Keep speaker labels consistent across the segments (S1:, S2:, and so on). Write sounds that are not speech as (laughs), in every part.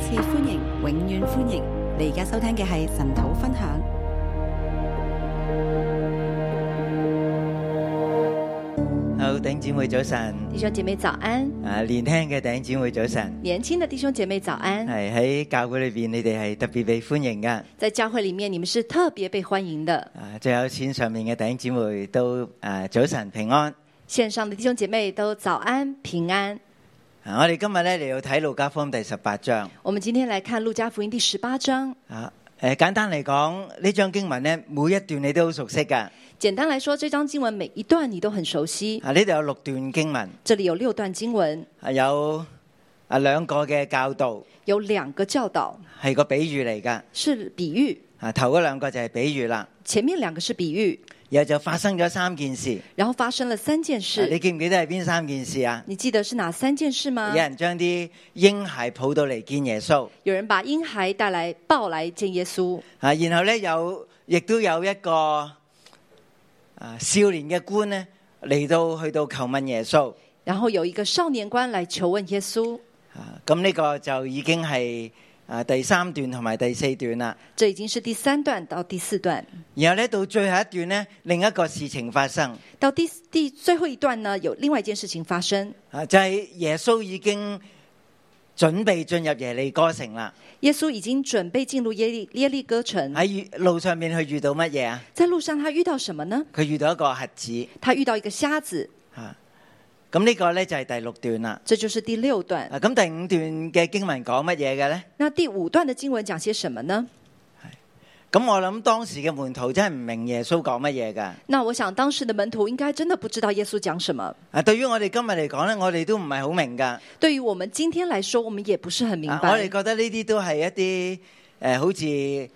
S1: 次歡迎，永遠歡迎！你而家收聽嘅係神土分享。
S2: 好，頂姊妹早晨，
S3: 弟兄姐妹早安，
S2: 啊年輕嘅頂姊妹早晨，
S3: 年轻的弟兄姐妹早安。
S2: 係喺教會裏邊，你哋係特別被歡迎噶。
S3: 在教会里面，你们是特别被欢迎的。
S2: 啊，最有線上面嘅頂姊妹都啊早晨平安。
S3: 线上的弟兄姐妹都早安平安。
S2: 啊，我哋今日咧嚟到睇路加福音第十八章。
S3: 我们今天来看路加福音第十八章。
S2: 啊，誒簡單嚟講，呢章經文咧每一段你都好熟悉噶。
S3: 简单来说，这章经文每一段你都很熟悉。
S2: 啊，呢度有六段經文，
S3: 这里有六段经文，
S2: 啊有啊兩個嘅教導
S3: 有两个教导
S2: 係個比喻嚟噶。
S3: 是比喻，
S2: 啊，頭嗰兩個就係比喻啦，
S3: 前面两个是比喻，
S2: 然後就發生咗三件事。
S3: 然后发生了三件
S2: 啊你
S3: 事。
S2: 記唔記得係邊三件事啊？
S3: 你记得是哪三件事吗
S2: 有？人將啲嬰孩抱到嚟見耶穌，
S3: 有人把婴孩带来抱来见耶稣，
S2: 啊，然後咧有，亦都有一個啊少年嘅官咧嚟到去到求問耶穌，
S3: 然后有一个少年官来求问耶稣。
S2: 啊，咁呢個就已經係啊第三段同埋第四段啦。
S3: 这已经是第三段到第四段，
S2: 然後咧到最後一段咧，另一個事情發生，
S3: 到第第最后一段呢，有另外一件事情发生。
S2: 啊，就係耶穌已經準備進入耶利哥城啦。
S3: 耶稣已经准备进入耶利耶利哥城，
S2: 喺遇路上面佢遇到乜嘢啊？
S3: 在路上他遇到什么呢？
S2: 佢遇到一個瞎子，
S3: 他遇到一个瞎子，
S2: 啊，咁呢個咧就係第六段啦。
S3: 这就是第六段。
S2: 啊，咁第五段嘅經文講乜嘢嘅呢？
S3: 那第五段的经文讲些什么呢？
S2: 咁我諗當時嘅門徒真係唔明耶穌講乜嘢噶。
S3: 那我想当时的门徒应该真的不知道耶稣讲什么。
S2: 啊，對於我哋今日嚟講呢，我哋都唔係好明噶。啊
S3: 对于我们今天来说，我们也不是很明
S2: 我哋
S3: 白。
S2: 覺得呢啲都係一啲诶、呃好似即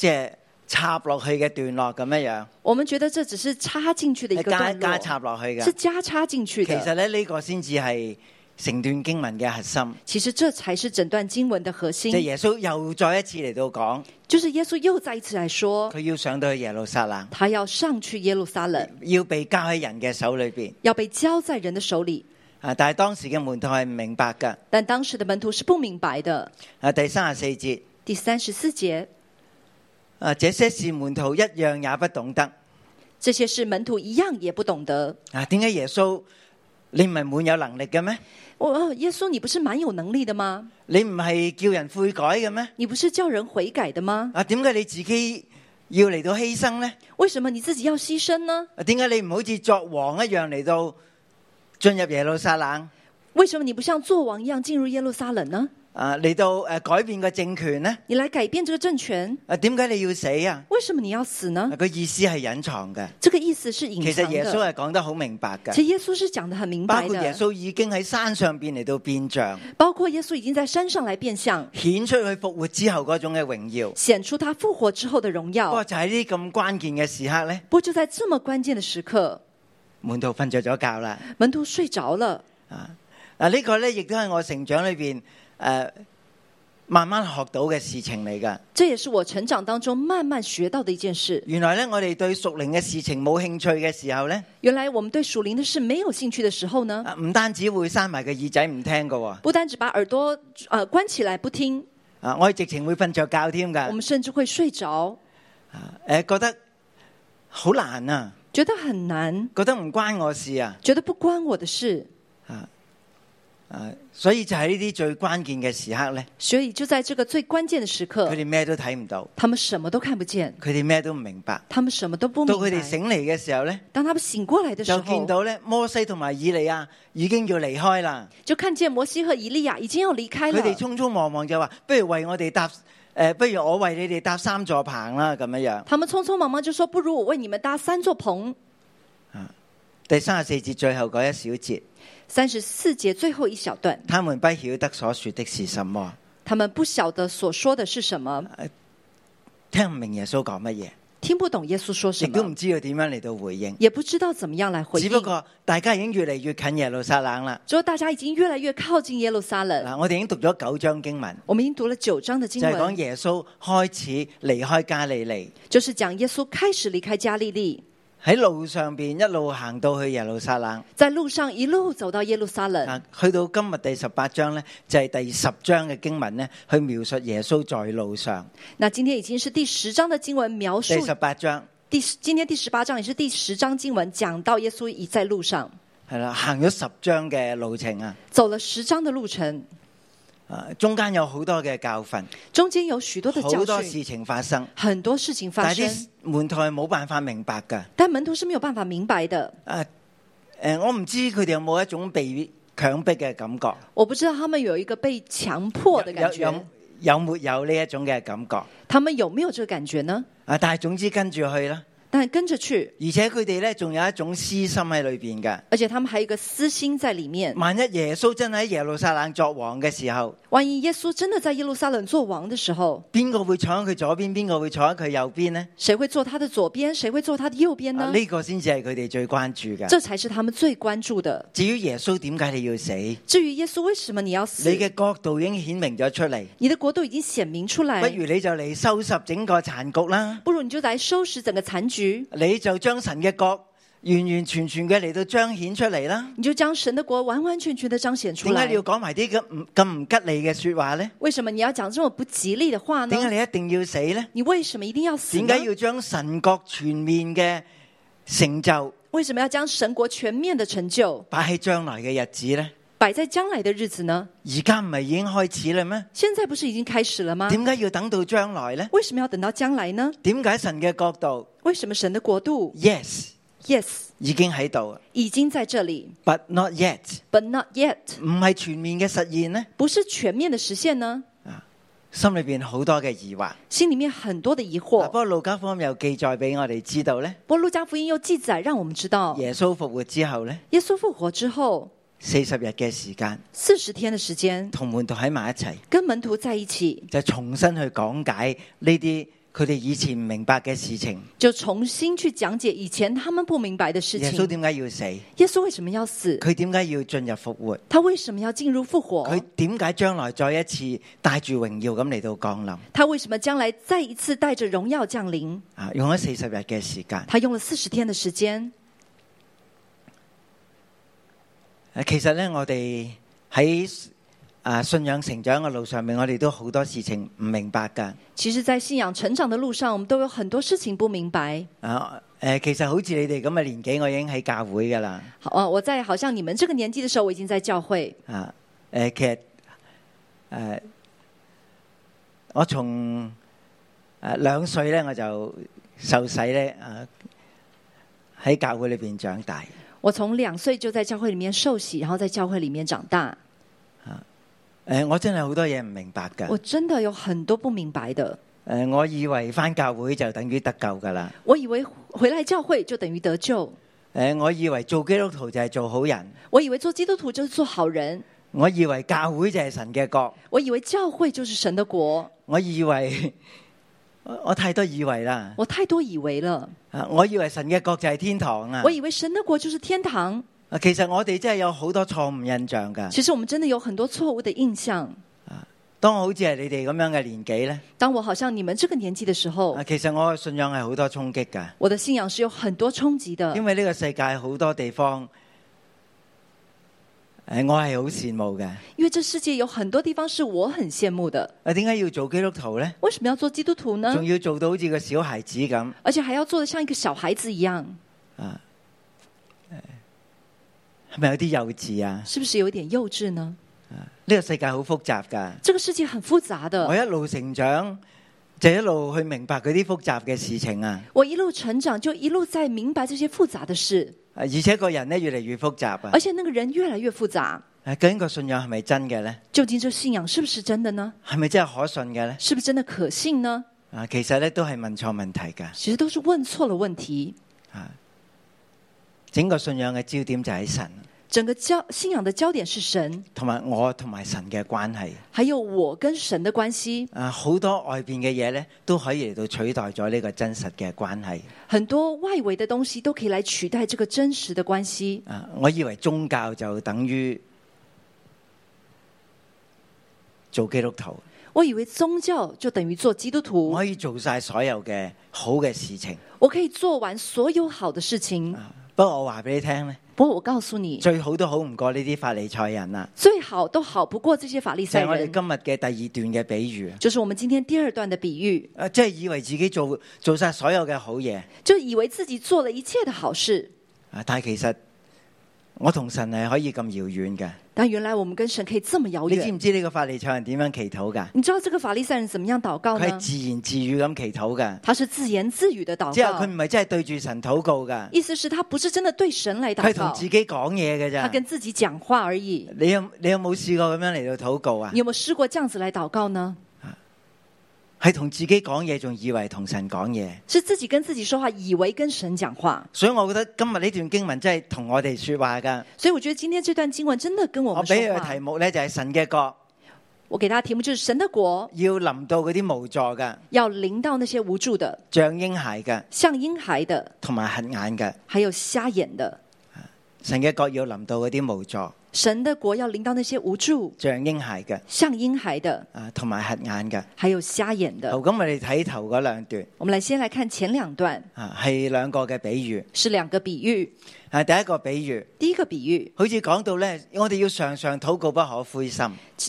S2: 係插落去嘅段落咁樣样，
S3: 我们觉得这只是插进去的一
S2: 係
S3: 个
S2: 加
S3: 段
S2: 加
S3: 落，
S2: 哎插落去
S3: 是
S2: 嘅。
S3: 加插进去
S2: 其實
S3: 的。
S2: 咧呢、個先至係成段經文嘅核心，
S3: 其实这才是整段经文的核心
S2: 即係，耶穌又再一次嚟到講，
S3: 就是耶稣又再一次来说，
S2: 佢要上到去耶路撒冷，
S3: 他要上去耶路撒冷，
S2: 要被交喺人嘅手裏邊。
S3: 要被交在人的手里。
S2: 啊，但係當時嘅門徒係唔明白噶。
S3: 但当时的门徒是不明白的。
S2: 啊，第三十四節。
S3: 第三十四节，
S2: 啊，这些事門徒一樣也不懂得。
S3: 这些事门徒一样也不懂得。
S2: 啊，點解耶穌你唔係滿有能力嘅咩？
S3: 哦，哦耶稣，你不是蛮有能力的吗？
S2: 你唔係叫人悔改嘅咩？
S3: 你不是叫人悔改的吗？
S2: 啊，點解你自己要嚟到犧牲呢？
S3: 为什么你自己要牺牲呢？
S2: 啊，點解你唔好似作王一樣嚟到進入耶路撒冷？
S3: 为什么你不像纣王一样进入耶路撒冷呢？
S2: 啊，嚟到诶、呃改變個政權呢？
S3: 你来改变这个政权，
S2: 啊，点解你要死啊？
S3: 为什么你要死呢
S2: 啊？個意思係隱藏嘅。
S3: 这个意思是隐
S2: 其
S3: 藏
S2: 實
S3: 的。
S2: 耶穌係講得好明白
S3: 其
S2: 嘅，
S3: 实耶稣是讲的很明
S2: 包
S3: 白
S2: 括耶
S3: 的，
S2: 穌已經喺山上邊嚟到變像，
S3: 包括耶稣已经在山上来变相，
S2: 顯出佢復活之後嗰種嘅榮耀。
S3: 显出他复活之后的荣耀
S2: 不。過就喺呢啲咁關鍵嘅時刻呢。
S3: 不过就在这么关键的时刻，
S2: 門徒瞓着咗覺啦。
S3: 门徒睡着了。
S2: 啊，嗱、呢個咧亦都係我成長裏边诶、呃慢慢學到嘅事情嚟噶。
S3: 这也是我成长当中慢慢學到的一件事。
S2: 原來咧，我哋對屬靈嘅事情冇興趣嘅時候咧，
S3: 原来我们对属灵的事沒有興趣的時候呢，
S2: 啊唔單止會閂埋個耳仔唔聽噶、喎，
S3: 不单只把耳朵呃關起來不聽，
S2: 啊，我哋直情會瞓着覺添噶
S3: 我。們甚至會睡着，
S2: 诶、覺得好難啊，
S3: 覺得很難，
S2: 覺得唔關我事啊，
S3: 覺得不關我的事。
S2: 啊，所以就喺呢啲最關鍵嘅時刻咧，
S3: 所以就在这個最關鍵的時
S2: 佢
S3: 刻，
S2: 哋咩都睇唔到，
S3: 他們什麼都看不見，
S2: 佢哋咩都唔明白。
S3: 他們什麼都不
S2: 到
S3: 明
S2: 佢哋
S3: 白。
S2: 醒嚟嘅時候咧，
S3: 當他們醒過來的時
S2: 就見
S3: 候，
S2: 到咧摩西同埋以利亞已經要離開啦。
S3: 就看見摩西和以利亞已經要離開
S2: 佢哋
S3: 了。
S2: 匆匆忙忙就話，不如為我哋搭诶、不如我為你哋搭三座棚啦，咁樣樣。
S3: 他們匆匆忙忙就說：“不如我為你們搭三座棚。
S2: 第三十四節最後嗰一小節，”
S3: 三十四節最後一小段，
S2: 他們不曉得所說的是什麼，
S3: 他們不曉得所說的是什麼。
S2: 聽唔明耶穌講乜
S3: 听不懂耶稣说
S2: 嘢，亦
S3: 什
S2: 都唔
S3: 么，
S2: 知道點樣嚟到回應。
S3: 也不知道怎么样来回
S2: 只
S3: 应。
S2: 不過大家已經越嚟越近耶路撒冷啦。
S3: 只有大家已经越来越靠近耶路撒冷。
S2: 嗱，我哋已經讀咗九章經文，
S3: 我们已经读了九章的经
S2: 就係講
S3: 文，
S2: 耶穌開始離開加利利，
S3: 就是讲耶稣开始离开加利利，
S2: 喺路上邊一路行到去耶路撒冷。
S3: 在路上一路走到耶路撒冷。
S2: 啊，去到今日第十八章呢，就係第十章嘅經文呢，去描述耶穌在路上。
S3: 那今天已经是第十章的经文描述
S2: 第十八章
S3: 第十今天第十八章也是第十章经文讲到耶稣已在路上
S2: 係啦，行咗十章嘅路程啊，
S3: 走了十章的路程，
S2: 啊，中間有好多嘅教訓，
S3: 中间有许多的
S2: 好
S3: 教
S2: 多
S3: 训，
S2: 事情發生，
S3: 很多事情发
S2: 但係
S3: 生
S2: 啲，門徒係冇辦法明白㗎。
S3: 但门徒是没有办法明白的。
S2: 啊，诶，我唔知佢哋有冇一種被強迫嘅感覺，
S3: 我不知道他们有一个被强迫的感
S2: 有有
S3: 觉，
S2: 有没有呢一種嘅感覺？
S3: 他们有没有这个感觉呢？
S2: 啊，但係總之跟住去啦，
S3: 但跟着去，
S2: 而且佢哋呢仲有一種私心喺裏边㗎。
S3: 而且他们还有一个私心在里面。
S2: 萬一耶穌真係喺耶路撒冷作王嘅時候，
S3: 万一耶穌真的在耶路撒冷做王的时候，
S2: 邊個會坐喺佢左邊，邊個會坐喺佢右邊呢？
S3: 谁会坐他的左边，谁会坐他的右边
S2: 啊
S3: 呢？
S2: 呢、個先至係佢哋最關注嘅。
S3: 这才是他们最关注的。
S2: 至於耶穌點解你要死，你
S3: 至於耶穌為什么你要死，
S2: 嘅角度已經顯明咗出嚟，
S3: 你的国度已经显明出
S2: 不
S3: 来，
S2: 如你就嚟收拾整個殘局啦，
S3: 不如你就来收拾整个残局，
S2: 你就將神嘅國完完全全嘅嚟到彰顯出嚟啦。
S3: 你就将神的国完完全全的彰显出
S2: 點解
S3: 来
S2: 你要。講埋啲咁唔咁唔吉利嘅说話呢？
S3: 为什么你要讲这么不吉利的话呢
S2: 點？解你一定要死呢？
S3: 你为什么一定要死
S2: 點
S3: 呢
S2: 解？要將神國全面嘅成就
S3: 为什么要将神国全面的成就
S2: 擺喺將來嘅日子呢？
S3: 摆在将来的日子呢？
S2: 而家唔係已經開始啦咩？
S3: 现在不是已经开始了吗？
S2: 點解要等到將來呢？
S3: 为什么要等到将来呢？
S2: 點解神嘅角度
S3: 为什么神的国度
S2: ？Yes，
S3: yes
S2: 已經喺度啊
S3: 已经在这里
S2: ，but not yet，
S3: ，but not yet，
S2: 唔係全面嘅實現呢？
S3: 不是全面的实现呢？
S2: 心裏边好多嘅疑惑。
S3: 心里面很多的疑
S2: 啊不
S3: 惑。
S2: 過路加福音又記載俾我哋知道呢，
S3: 不过路加福音又记载，让我们知道
S2: 耶穌復活之後呢，
S3: 耶稣复活之后
S2: 四十日嘅時間
S3: 四十天的时间，
S2: 同門徒喺埋一齊，
S3: 跟门徒在一起，
S2: 就重新去講解呢啲佢哋以前唔明白嘅事情。
S3: 就重新去讲解以前他们不明白的事
S2: 耶穌
S3: 情。
S2: 點解要死？
S3: 耶稣为什么要死？
S2: 佢點解要進入復活？
S3: 他为什么要进入复活
S2: 佢？點解將來再一次帶住榮耀咁嚟到降臨？
S3: 他为什么将来再一次带着荣耀降临？
S2: 啊，用咗四十日嘅時間。
S3: 他用了四十天的时间。
S2: 啊其實咧，我哋喺啊信仰成長嘅路上面，我哋都好多事情唔明白噶。
S3: 其实，在信仰成长的路上，我们都有很多事情不明白。
S2: 啊诶，其實好似你哋咁嘅年紀，我已經喺教會噶啦。
S3: 好，呃我在好像你们这个年纪的时候，我已经在教会。
S2: 啊诶，其實诶，我從诶两岁咧，我就受洗咧啊喺教會裏边長大。
S3: 我从两岁就在教会里面受洗，然后在教会里面长大。
S2: 诶，我真係好多嘢唔明白噶。
S3: 我真的有很多不明白的。
S2: 诶，我以為翻教會就等於得救噶啦。
S3: 我以为回来教会就等于得救，
S2: 诶，呃我以為做基督徒就係做好人。
S3: 我以为做基督徒就是做好人，
S2: 我以為教會就係神嘅國，
S3: 我以为教会就是神的国。
S2: 我以為 (laughs) 我我太多以為啦，
S3: 我太多以为了，
S2: 啊我以為神嘅國就係天堂啊
S3: 我！以为神的国就是天堂。
S2: 啊其實我哋真係有好多錯誤印象噶。
S3: 其实我们真的有很多错误的印象。
S2: 當我好似係你哋咁樣嘅年紀呢，
S3: 当我好像你们这个年纪的时候
S2: 啊，，其實我嘅信仰係好多衝擊噶，
S3: 我的信仰是有很多冲击的
S2: 因，為呢個世界好多地方，诶，我係好羨慕嘅。
S3: 因为这世界有很多地方是我很羡慕的。
S2: 啊，点解要做基督徒呢？
S3: 为什么要做基督徒呢
S2: 仲？要做到好似個小孩子咁
S3: 而且还要做的像一个小孩子一样，
S2: 啊？誒係咪有啲幼稚啊？
S3: 是不是有一点幼稚呢？
S2: 呢、個世界好複雜㗎。
S3: 这个世界很复杂的
S2: 我，一路成長就一路去明白嗰啲複雜嘅事情啊，
S3: 我一路成长就一路在明白这些复杂的事，
S2: 而且個人咧越嚟越複雜啊
S3: 而。且那个人越来越复杂。
S2: 啊究竟個信仰係咪真嘅咧？
S3: 究竟这信仰是不是真的呢？
S2: 係咪真係可信嘅咧？
S3: 是不是真的可信呢？
S2: 啊，其實咧都係問錯問題㗎。
S3: 其实都是问错了问题。
S2: 啊，整個信仰嘅焦點就喺神，
S3: 整个焦信仰的焦点是神，
S2: 同埋我同埋神嘅關係。
S3: 还有我跟神的关系。
S2: 啊，好多外邊嘅嘢咧都可以嚟到取代咗呢個真實嘅關係。
S3: 很多外围的东西都可以来取代这个真实的关系。
S2: 啊，我以為宗教就等於做基督徒，
S3: 我以为宗教就等于做基督徒
S2: 我，可以做晒所有嘅好嘅事情。
S3: 我可以做完所有好的事情。
S2: 不過我話俾你聽咧，
S3: 不过我告诉你，
S2: 最好都好唔過呢啲法利賽人啦。
S3: 最好都好不过这些法利
S2: 就
S3: 赛
S2: 係我哋
S3: 人。
S2: 今日嘅第二段嘅比喻
S3: 就是我们今天第二段的比喻，
S2: 啊，即係以為自己做做晒所有嘅好嘢
S3: 就以为自己做了一切的好事，
S2: 啊，但係其實我同神係可以咁遙遠嘅。
S3: 但原来我们跟神可以这么遥
S2: 你知
S3: 远
S2: 唔。知呢個法利賽人點樣祈禱㗎？
S3: 你知道这个法利赛人怎么样祷告
S2: 佢係
S3: 呢？
S2: 自言自語咁祈禱㗎，
S3: 他是自言自语的祷
S2: 之後佢
S3: 告
S2: 唔，係真係對住神禱告㗎，
S3: 意思是他不是真的对神来
S2: 佢
S3: 祷
S2: 係同
S3: 告
S2: 自，己講嘢嘅
S3: 他
S2: 咋。
S3: 跟自己讲话而已。
S2: 你有你有冇試過咁樣嚟到禱告啊
S3: 你？有没有试过这样子来祷告呢？
S2: 係同自己講嘢，仲以為同神講嘢。
S3: 是自己跟自己说话，以为跟神讲话。
S2: 所以我覺得今日呢段經文真係同我哋说話㗎。
S3: 所以我觉得今天这段经文真的跟我
S2: 我
S3: 们
S2: 俾
S3: 说
S2: 佢嘅
S3: 话
S2: 題。目呢，就係神嘅國
S3: 我给大家题目就是神的国
S2: 要臨到嗰啲無助嘅、
S3: 要临到那些无助的、
S2: 像嬰孩嘅
S3: 像婴孩的，
S2: 同埋瞎眼嘅。
S3: 还有瞎眼的。
S2: 神嘅國要臨到嗰啲無助、像
S3: 神的国要临到那些无助、
S2: 嬰孩嘅
S3: 像婴孩的，
S2: 啊，同埋瞎眼嘅。
S3: 还有瞎眼
S2: 好，
S3: 的。
S2: 咁我哋睇頭嗰兩段
S3: 我们来先来看前两段，
S2: 啊，係兩個嘅比喻。
S3: 是两个比喻。
S2: 啊，第一個比喻，
S3: 第一个比喻，
S2: 好似講到呢，我哋要常常禱告，不可灰心。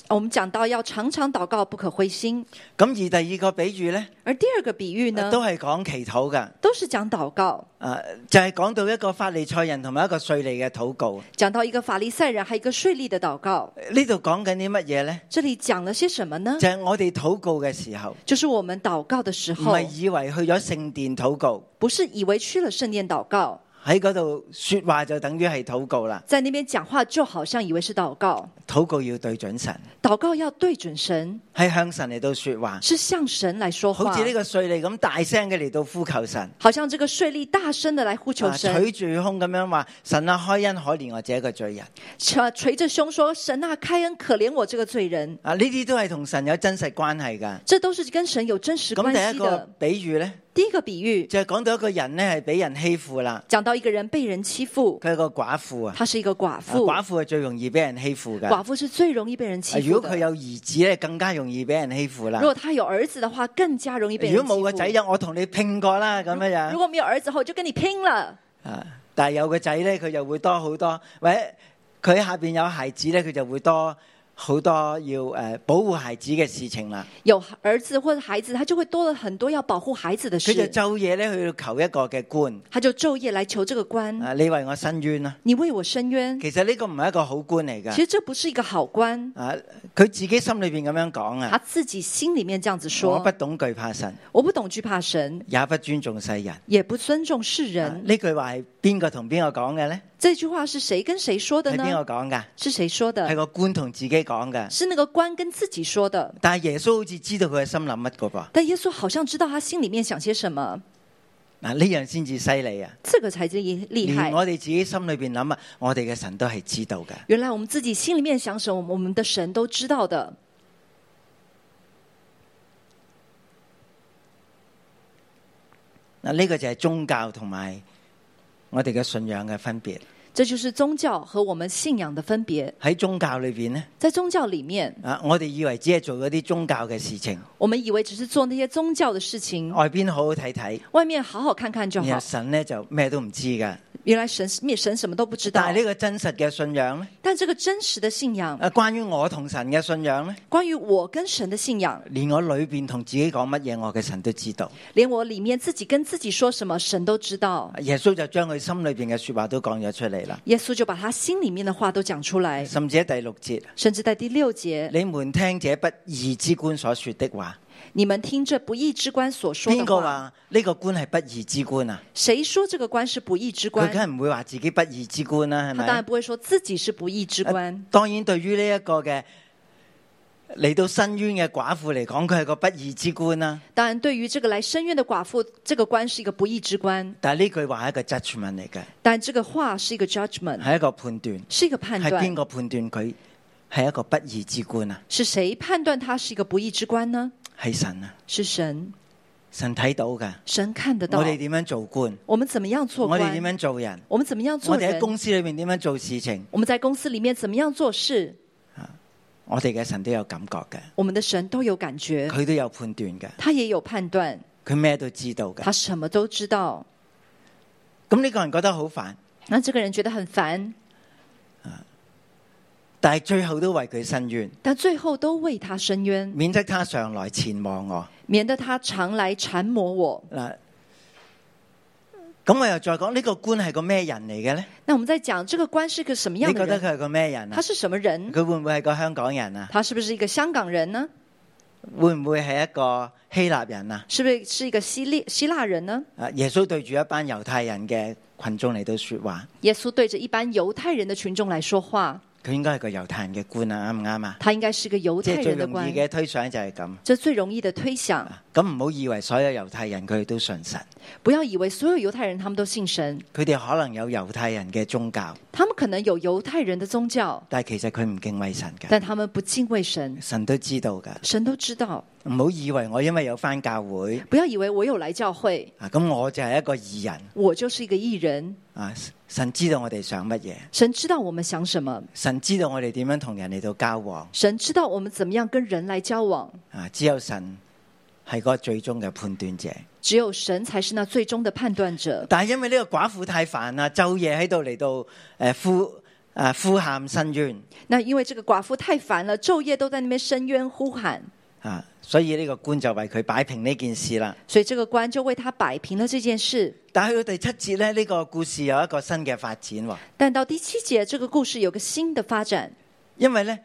S3: 我们讲到要常常祷告，不可灰心。
S2: 咁而第二個比喻呢，
S3: 而第二个比喻呢，
S2: 啊都係講祈禱㗎。
S3: 都是讲祷告，
S2: 啊，就係講到一個法利賽人同埋一個税吏嘅禱告。
S3: 讲到一个法利赛人，还有一个税吏的祷告。
S2: 呢度講緊啲乜嘢呢？
S3: 这里讲了些什么呢
S2: 就？係我哋禱告嘅時候，
S3: 就是我们祷告的时
S2: 唔
S3: 候，
S2: 係以為去咗聖殿禱告，
S3: 不是以为去了圣殿祷告，
S2: 喺嗰度说話就等於係禱告啦。
S3: 在那边讲话就好像以为是祷告，
S2: 禱告要對準神，
S3: 祷告要对准神，
S2: 係向神嚟到说話，
S3: 是向神来说
S2: 好
S3: 话
S2: 似，呢個税吏咁大聲嘅嚟到呼求神，
S3: 好像这个税吏大声的来呼求
S2: 啊
S3: 神，
S2: 取住胸咁樣話：神啊，開恩可憐我這一個罪人。
S3: 捶捶着胸说：“神啊，开恩可怜我这个罪人。
S2: 啊，呢啲都係同神有真實關係㗎。”
S3: 这都是跟神有真实关
S2: 咁第
S3: 系
S2: 一個
S3: 的。
S2: 比喻呢，
S3: 第一个比喻
S2: 就係講到一個人呢係俾人欺負啦，
S3: 讲到一个人被人欺负，
S2: 佢係個寡婦啊。
S3: 她是一个寡
S2: 啊
S3: 妇，
S2: 寡婦係最容易俾人欺負㗎。啊
S3: 寡妇是最容易被人欺
S2: 如
S3: 负
S2: 果佢
S3: 的。
S2: 有兒子咧，更加容易俾人欺負啦
S3: 如。果她有儿子的话，更加容易被人
S2: 如
S3: 欺
S2: 果冇個仔
S3: 负。
S2: 有，我同你拼過啦咁樣
S3: 如
S2: 樣。
S3: 果没有儿子后，就跟你拼了。
S2: 啊，但係有個仔咧，佢就會多好多，或者佢下邊有孩子咧，佢就會多好多要诶、呃保護孩子嘅事情啦。
S3: 有儿子或者孩子，他就会多了很多要保护孩子的
S2: 佢就
S3: 事，
S2: 晝夜咧去求一個嘅官，
S3: 他就昼夜来求这个官，
S2: 啊，你為我伸冤啦。
S3: 你为我伸冤。
S2: 其實呢個唔係一個好官嚟
S3: 其
S2: 㗎。
S3: 实这不是一个好官，
S2: 啊，佢自己心裏边咁樣講
S3: 他
S2: 啊，
S3: 自己心里面这样子
S2: 我
S3: 说
S2: 不：懂懼怕神，
S3: 我不懂惧怕神，
S2: 也不尊重世人。
S3: 也不尊重世
S2: 啊
S3: 人。
S2: 呢、句話係邊個同邊個講嘅咧？
S3: 这句话是谁跟谁说的
S2: 係邊
S3: 呢？
S2: 個講㗎？
S3: 是谁说
S2: 係
S3: 的？
S2: 個官同自己講嘅。
S3: 是那个官跟自己说的。
S2: 但係耶穌好似知道佢嘅心諗乜個噃，
S3: 但耶稣好像知道他心里面想些什么，
S2: 嗱呢樣先至犀利啊！
S3: 这个才厉厉害
S2: 連。我哋自己心裏边諗啊，我哋嘅神都係知道嘅。
S3: 原来我们自己心里面想什么，我们的神都知道的。
S2: 嗱呢個就係宗教同埋我哋嘅信仰嘅分別。
S3: 这就是宗教和我们信仰的分别。
S2: 喺宗教裏边呢，
S3: 在宗教里面，
S2: 啊我哋以為只係做嗰啲宗教嘅事情，
S3: 我们以为只是做那些宗教的事情，
S2: 外邊好好睇睇，
S3: 外面好好看看就
S2: 然
S3: 好
S2: 後。神呢就咩都唔知嘅。
S3: 原来神灭神什么都不知道
S2: 但係，呢個真實嘅信仰呢，
S3: 但这个真实的信仰，
S2: 啊关于我同神嘅信仰呢，
S3: 关于我跟神的信仰，
S2: 連我裏边同自己講乜嘢，我嘅神都知道。
S3: 连我里面自己跟自己说什么，神都知道。
S2: 耶穌就將佢心裏边嘅说話都講咗出嚟啦，
S3: 耶稣就把他心里面的话都讲出来，
S2: 甚至喺第六節。
S3: 甚至在第六节，
S2: 你们听这不义之官所说的话，
S3: 你们听这不义之官所说
S2: 边
S3: 的
S2: 个
S3: 话，
S2: 话呢个官系不义之官啊？
S3: 谁说这个官是不义之
S2: 佢
S3: 官？
S2: 梗系唔会话自己不义之官啦，系
S3: 他当然
S2: 咪？
S3: 不会说自己是不义之官。
S2: 当然，对于呢一个嘅嚟到申冤嘅寡妇嚟讲，佢系个不义之官啦。
S3: 当然，对于这个来申冤的寡妇，这个官是一个不义之官，
S2: 但系呢句话系一个 judgment 嚟嘅，
S3: 但这个话是一个 judgment，
S2: 系一个判断，
S3: 是一个嗯判
S2: 系边
S3: 断。
S2: 个判断佢系一个不义之官啊？
S3: 是谁判断他是一个不义之官呢？
S2: 系神啊，
S3: 是神，
S2: 神睇到噶。
S3: 神看得到。
S2: 我哋点样做官？
S3: 我们怎么样做
S2: 我
S3: 官？
S2: 哋点样做人？
S3: 我们怎么样
S2: 我
S3: 做
S2: 哋喺
S3: 人？
S2: 公司里面点样做事情？
S3: 我们在公司里面怎么样做事？
S2: 我哋嘅神都有感覺嘅，
S3: 我们的神都有感觉，
S2: 佢都有判斷嘅，
S3: 他也有判断，
S2: 佢咩都知道嘅。
S3: 他什么都知道。
S2: 咁呢個人覺得好煩，
S3: 那这个人觉得很烦，
S2: 但係最後都為佢伸冤，
S3: 但最后都为他伸冤，
S2: 免得他常來前望我。
S3: 免得他常来缠磨我。
S2: 嗱，咁我又再講呢、個官係個咩人嚟嘅咧？
S3: 那我们在讲这个官是个什么
S2: 你
S3: 样的
S2: 覺得
S3: 人？
S2: 佢係個咩人啊
S3: 他？是什么人？
S2: 佢會唔會係個香港人啊？
S3: 他是不是一个香港人呢？
S2: 會唔會係一個希臘人啊？
S3: 是不是是一個希利希腊人呢？
S2: 啊，耶穌對住一班猶太人嘅群眾嚟到说話，
S3: 耶稣对着一般猶太人的群众来说话，
S2: 佢應該係個猶太人嘅官啊，啱唔啱啊？
S3: 他应该是个猶
S2: 即
S3: 太
S2: 係最
S3: 人的
S2: 容
S3: 官
S2: 易。嘅嗯推想就係咁。啊
S3: 这最容易的推想，
S2: 咁唔好以為所有猶太人佢哋都信神，
S3: 不要以为所有猶太人他们都信神，
S2: 佢哋可能有猶太人嘅宗教，
S3: 他们可能有猶太人的宗教，
S2: 但係其實佢唔敬畏神嘅，
S3: 但他们不敬畏神，
S2: 神都知道噶。
S3: 神都知道。
S2: 唔好以為我因為有翻教會
S3: 不要以为我有来教会，
S2: 啊，咁我就係一個義人
S3: 我就是一个艺人，
S2: 啊。神知道我哋想乜嘢，
S3: 神知道我们想什么，
S2: 神知道我哋點樣同人嚟到交往
S3: 神知道我们怎么样跟人来交往，
S2: 啊。只有神係個最終嘅判斷者。
S3: 只有神才是那最终的判断者。
S2: 但係因為呢個寡婦太煩啦，晝夜喺度嚟到诶呼诶呼喊申冤
S3: 那因为这个寡妇太烦了，昼夜都在那边伸冤呼喊，
S2: 啊，所以呢個官就為佢擺平呢件事啦。
S3: 所以这个官就为他摆平了这件事。
S2: 但去到第七節咧，呢、個故事有一個新嘅發展喎，
S3: 但到第七节，这个故事有个新的发展，
S2: 因為咧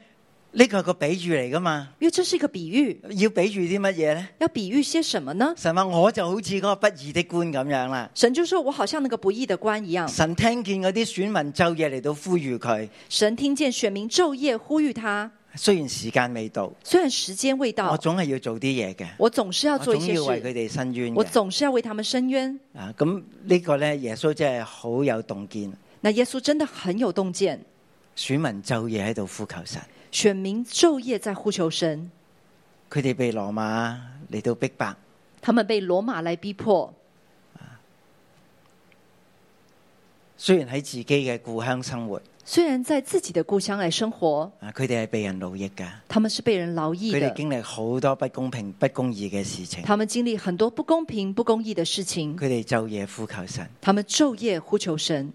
S2: 呢、個係個比喻嚟噶嘛，
S3: 因为这是一个比喻，
S2: 要比喻啲乜嘢咧？
S3: 要比喻些什么呢？
S2: 神話我就好似嗰個不義的官咁樣啦。
S3: 神就说：“我好像那个不义的官一样。
S2: 神聽見嗰啲選民晝夜嚟到呼籲佢，”
S3: 神听见选民昼夜呼吁他，
S2: 雖然時間未到，
S3: 虽然时间未
S2: 我
S3: 到，
S2: 總係要做啲嘢嘅，
S3: 我总是要
S2: 我
S3: 做一
S2: 總
S3: 些
S2: 要為佢
S3: 事，
S2: 哋伸冤
S3: 我
S2: 嘅。
S3: 总是要为他们伸冤。
S2: 啊，咁呢個咧，耶穌真係好有洞見。
S3: 那耶稣真的很有洞见，
S2: 選民晝夜喺度呼求神，
S3: 选民昼夜在呼求神，
S2: 佢哋被羅馬嚟到逼迫，
S3: 他们被罗马来逼迫，
S2: 雖然喺自己嘅故鄉生活，
S3: 虽然在自己的故乡来生活，
S2: 啊，佢哋係被人奴役㗎。
S3: 他们是被人劳役
S2: 佢哋
S3: 的，
S2: 經歷好多不公平、不公義嘅事情，
S3: 他们经历很多不公平、不公义的事情，
S2: 佢哋晝夜呼求神。
S3: 他们昼夜呼求神。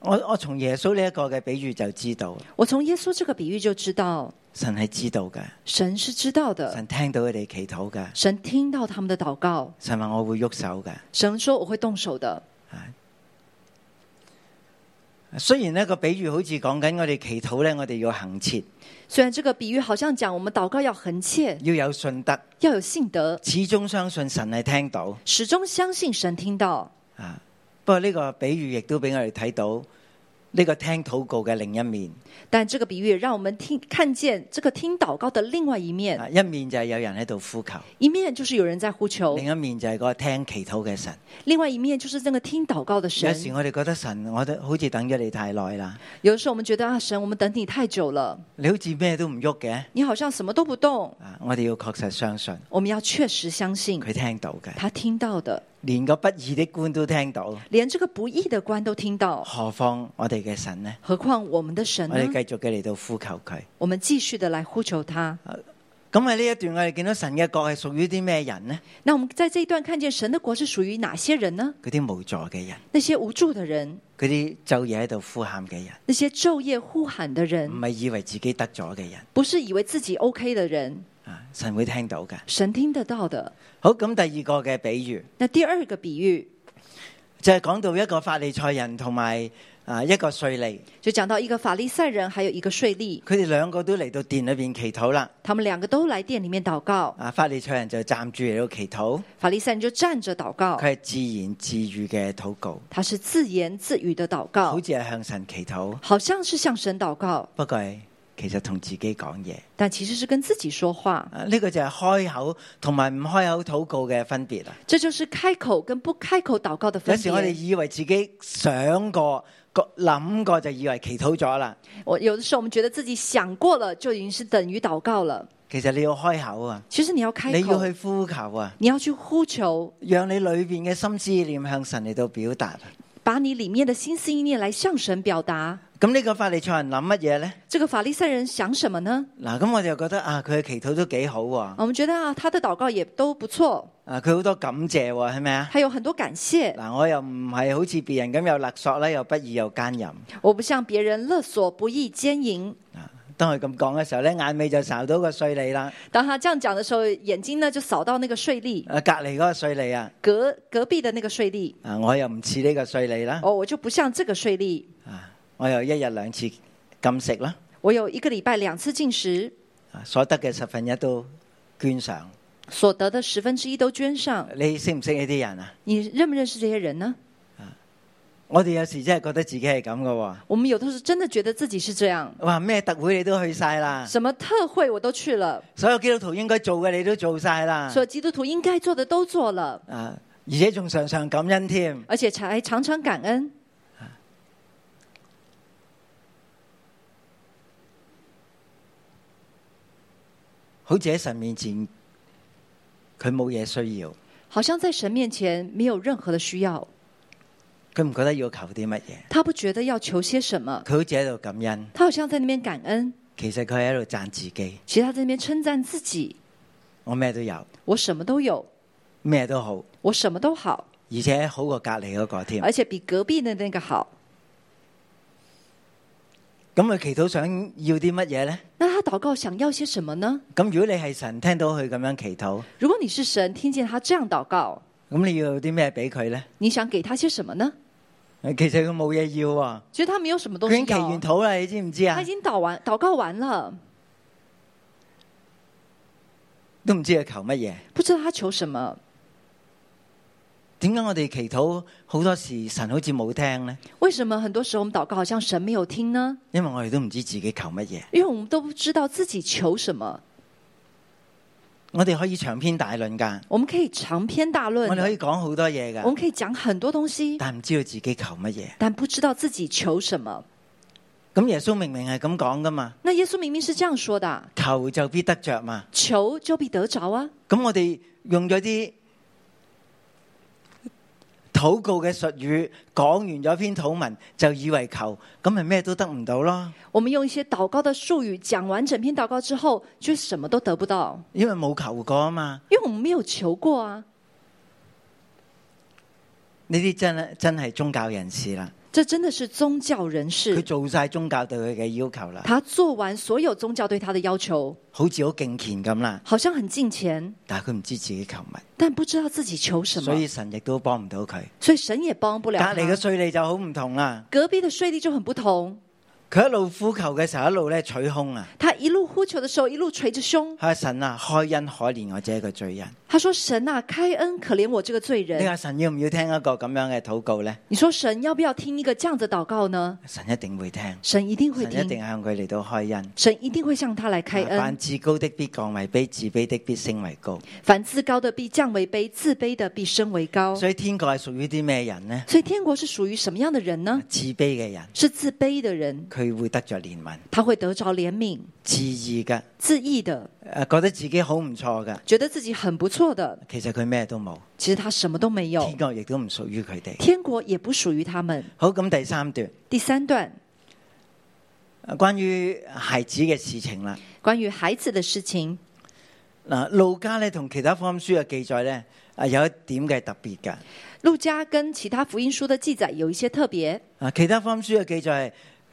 S2: 我我從耶穌呢一個嘅比喻就知道，
S3: 我从耶稣这个比喻就知道，
S2: 神係知道嘅，
S3: 神是知道的，
S2: 神聽到佢哋祈禱嘅，
S3: 神听到他们的祷告，
S2: 神話我會喐手嘅。
S3: 神说我会动手的。
S2: 雖然呢個比喻好似講緊我哋祈禱咧，我哋要行切，
S3: 虽然这个比喻好像讲我们祷告要恒切，
S2: 要有信德，
S3: 要有信德，
S2: 始終相信神係聽到。
S3: 始终相信神听到。
S2: 啊，不過呢個比喻亦都俾我哋睇到呢個聽禱告嘅另一面。
S3: 但这个比喻也让我们听看见这个听祷告的另外一面，
S2: 啊，一面就係有人喺度呼求，
S3: 一面就是有人在呼求
S2: 另，一面就係嗰個聽祈禱嘅神。
S3: 另外一面就是那个听祷告的
S2: 有
S3: 神。
S2: 時我哋覺得神，我都好似等咗你太耐啦，
S3: 有的时候我们觉得啊，神，我们等你太久了，
S2: 你好似咩都唔喐嘅。
S3: 你好像什么都不动。
S2: 啊，我哋要確實相信
S3: 我们要确实相信
S2: 佢聽到嘅，
S3: 他聽到的，
S2: 連個不義的官都聽到，
S3: 连这个不义的官都听到，
S2: 何況我哋嘅神呢？
S3: 何况我们的神啊
S2: 我
S3: 呢？
S2: 哋繼續嘅嚟到呼求佢。
S3: 我们继续的来呼求他。
S2: 咁喺呢一段，我哋見到神嘅國係屬於啲咩人呢？
S3: 那我们在这一段看见神的国是属于哪些人呢？
S2: 嗰啲無助嘅人，
S3: 那些无助的人，
S2: 嗰啲晝夜喺度呼喊嘅人，
S3: 那些昼夜呼喊的
S2: 唔
S3: 人，
S2: 係以為自己得咗嘅人。
S3: 不是以为自己 OK 的人，
S2: 啊，神會聽到嘅。
S3: 神听得到的。
S2: 好，咁第二個嘅比喻
S3: 那第二个比喻
S2: 就係講到一個法利賽人同埋啊一個税吏，
S3: 就讲到一个法利赛人，还有一个税吏，
S2: 佢哋兩個都嚟到殿裏边祈禱啦。
S3: 他们两个都来店里面祷告。
S2: 啊，法利賽人就站住嚟到祈禱，
S3: 法利赛人就站着祷告，
S2: 佢係自言自語嘅禱告，
S3: 他是自言自语的祷
S2: 好
S3: 告
S2: 似，係向神祈禱，
S3: 好像是向神祷告，
S2: 不過係其實同自己講嘢。
S3: 但其实是跟自己说话。
S2: 啊，呢、個就係開口同埋唔開口禱告嘅分別啦。
S3: 这就是开口跟不开口祷告的
S2: 有
S3: 分
S2: 時我哋
S3: 别。
S2: 以為自己想過、個諗過就以為祈禱咗啦，
S3: 我有的时候我们觉得自己想过了，就已经是等于祷告了。
S2: 其實你要開口啊，
S3: 其实你要开
S2: 你
S3: 口，
S2: 要去呼求啊。
S3: 你要去呼求，
S2: 让你里边嘅心思念向神嚟到表达，
S3: 把你里面的心思意念来向神表达。
S2: 咁呢個法利賽人諗乜嘢咧？
S3: 这个法利赛人想什么呢？
S2: 嗱，咁我就覺得啊，佢嘅祈禱都幾好喎，
S3: 我们觉得啊，他的祷告也都不错，
S2: 啊，佢好多感謝喎，係咪啊？
S3: 他有很多感谢。
S2: 嗱，我又唔係好似別人咁又勒索啦，又不義又奸淫。
S3: 我不像别人勒索、不义、奸淫。
S2: 當佢咁講嘅時候咧，眼尾就睄到個税吏啦，
S3: 当他这样讲的时候，眼睛呢就扫到那个税吏，
S2: 啊，隔離嗰個税吏啊，
S3: 隔隔壁的那个税吏。
S2: 啊，我又唔似呢個税吏啦，
S3: 哦，我就不像这个税吏，
S2: 啊，我又一日兩次禁食啦，
S3: 我有一个礼拜两次进食，
S2: 啊，所得嘅十分一都捐上。
S3: 所得的十分之一都捐上。
S2: 你識唔識呢啲人啊？
S3: 你认不认识这些人呢？
S2: 我哋有時真係覺得自己係咁嘅喎。
S3: 我们有的是真的觉得自己是这样，
S2: 哇！咩特會你都去晒啦，
S3: 什么特会我都去了，
S2: 所有基督徒應該做嘅你都做晒啦，
S3: 所有基督徒应该做的都做了，
S2: 啊，而且仲常常感恩添。
S3: 而且才常常感恩。
S2: 好似喺神面前，佢冇嘢需要，
S3: 好像在神面前没有任何的需要，
S2: 佢唔覺得要求啲乜嘢，
S3: 他不觉得要求些什么，
S2: 佢好似喺度感恩，
S3: 他好像在那边感恩，
S2: 其實佢喺度讚自己，
S3: 其实他在那边称赞自己，
S2: 我咩都有，
S3: 我什么都有，
S2: 咩都好，
S3: 我什么都好，
S2: 而且好過隔離嗰個添。
S3: 而且比隔壁的那个好。
S2: 咁佢祈禱想要啲乜嘢呢？
S3: 那他祷告想要些什么呢？
S2: 咁如果你係神，聽到佢咁樣祈禱，
S3: 如果你是神，听见他这样祷告，
S2: 咁你要啲咩俾佢呢？
S3: 你想给他些什么呢？
S2: 其實佢冇嘢要喎，
S3: 其实他没有什么东
S2: 佢已
S3: 西
S2: 經祈完，
S3: 要
S2: 禱啦，你知唔知啊
S3: 他已？经祷完祷告完了，
S2: 都唔知佢求乜嘢。
S3: 不知道他求什么。
S2: 點解我哋祈禱好多時神好似冇聽呢？
S3: 为什么很多时候我们祷告好像神没有听呢？
S2: 因為我哋都唔知自己求乜嘢。
S3: 因为我们都不知道自己求什么。
S2: 我哋可以長篇大論㗎，
S3: 我们可以长篇大论
S2: 我哋可以
S3: 的，
S2: 講好多嘢
S3: 我们
S2: 㗎，
S3: 可以讲很多东西，
S2: 但唔知道自己求乜嘢。
S3: 但不知道自己求什么。
S2: 咁耶穌明明係咁講㗎嘛，
S3: 那耶稣明明是这样说的啊：
S2: 求就必得着嘛。
S3: 求就必得着啊。
S2: 咁我哋用咗啲禱告嘅術語，講完咗篇禱文，就以為求，咁咪咩都得唔到咯，
S3: 我们用一些祷告的术语讲完整篇祷告之后，却什么都得不到，
S2: 因為冇求過啊嘛。
S3: 因为我们没有求过啊。
S2: 呢啲真真係宗教人士啦，
S3: 这真的是宗教人
S2: 佢
S3: 士，
S2: 做晒宗教對佢嘅要求啦，
S3: 他做完所有宗教对他的要求，
S2: 好似好敬虔咁啦，
S3: 好像很敬虔，
S2: 但係佢唔知自己求乜，
S3: 但不知道自己求什
S2: 所
S3: 么，
S2: 以神亦都幫唔到佢。
S3: 所以神也帮不
S2: 隔
S3: 了他。
S2: 離嘅税吏就好唔同啦，
S3: 隔壁的税吏就很不同，
S2: 佢一路呼求嘅時候，一路咧取胸啊，
S3: 他一路呼求的时候，一路捶着胸，
S2: 佢話神啊，開恩可憐我這個罪人。
S3: 他说：“神啊，开恩可憐我这个罪
S2: 你
S3: 人。
S2: 話神要唔要聽一個咁樣嘅禱告呢？”
S3: 你说神要不要听一个这样的祷告呢？
S2: 神一定會聽。
S3: 神一定会
S2: 神一定
S3: 听，
S2: 向佢嚟到開恩。
S3: 神一定会向他来开
S2: 凡
S3: 恩。
S2: 至高的必降為卑，自卑的必升為高。
S3: 凡自高的必降为卑，自卑的必升为高。
S2: 所以天國係屬於啲咩人呢？
S3: 所以天国是属于什么样的人呢？
S2: 自卑嘅人，
S3: 是自卑的人，
S2: 佢會得着憐憫；
S3: 他会得着怜悯；
S2: 自義嘅，
S3: 自义的，
S2: 诶，觉得自己好唔錯嘅，
S3: 觉得自己很不错的，
S2: 其實佢咩都冇。
S3: 其实他什么都没有
S2: 天。國亦都唔屬於佢哋。
S3: 天国也不属于他们。
S2: 好，咁第三段
S3: 第三段
S2: 關於孩子嘅事情啦。
S3: 关于孩子的事情，
S2: 嗱，路加咧同其他福音書嘅記載咧，啊有一點嘅特別嘅。
S3: 路加跟其他福音书的记载有一些特别。
S2: 啊，其他福音書嘅記載係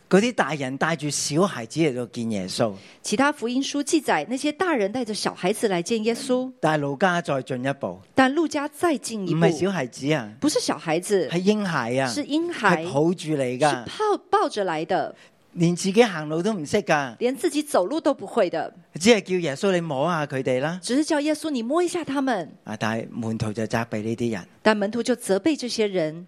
S2: 嗰啲大人帶住小孩子嚟到見耶穌，
S3: 其他福音书记载那些大人带着小孩子来见耶稣，
S2: 但係路加再進一步。
S3: 但路加再进一
S2: 唔
S3: 步，
S2: 係小孩子啊，
S3: 不是小孩子，
S2: 係嬰孩啊，
S3: 是婴孩，
S2: 係
S3: 是
S2: 抱住你噶，
S3: 抱抱着来的，
S2: 連自己行路都唔識噶，
S3: 连自己走路都不会的，
S2: 只係叫耶穌你摸下佢哋啦。
S3: 只是叫耶稣你摸一下他们。
S2: 啊，但係門徒就責備呢啲人。
S3: 但门徒就责备这些人。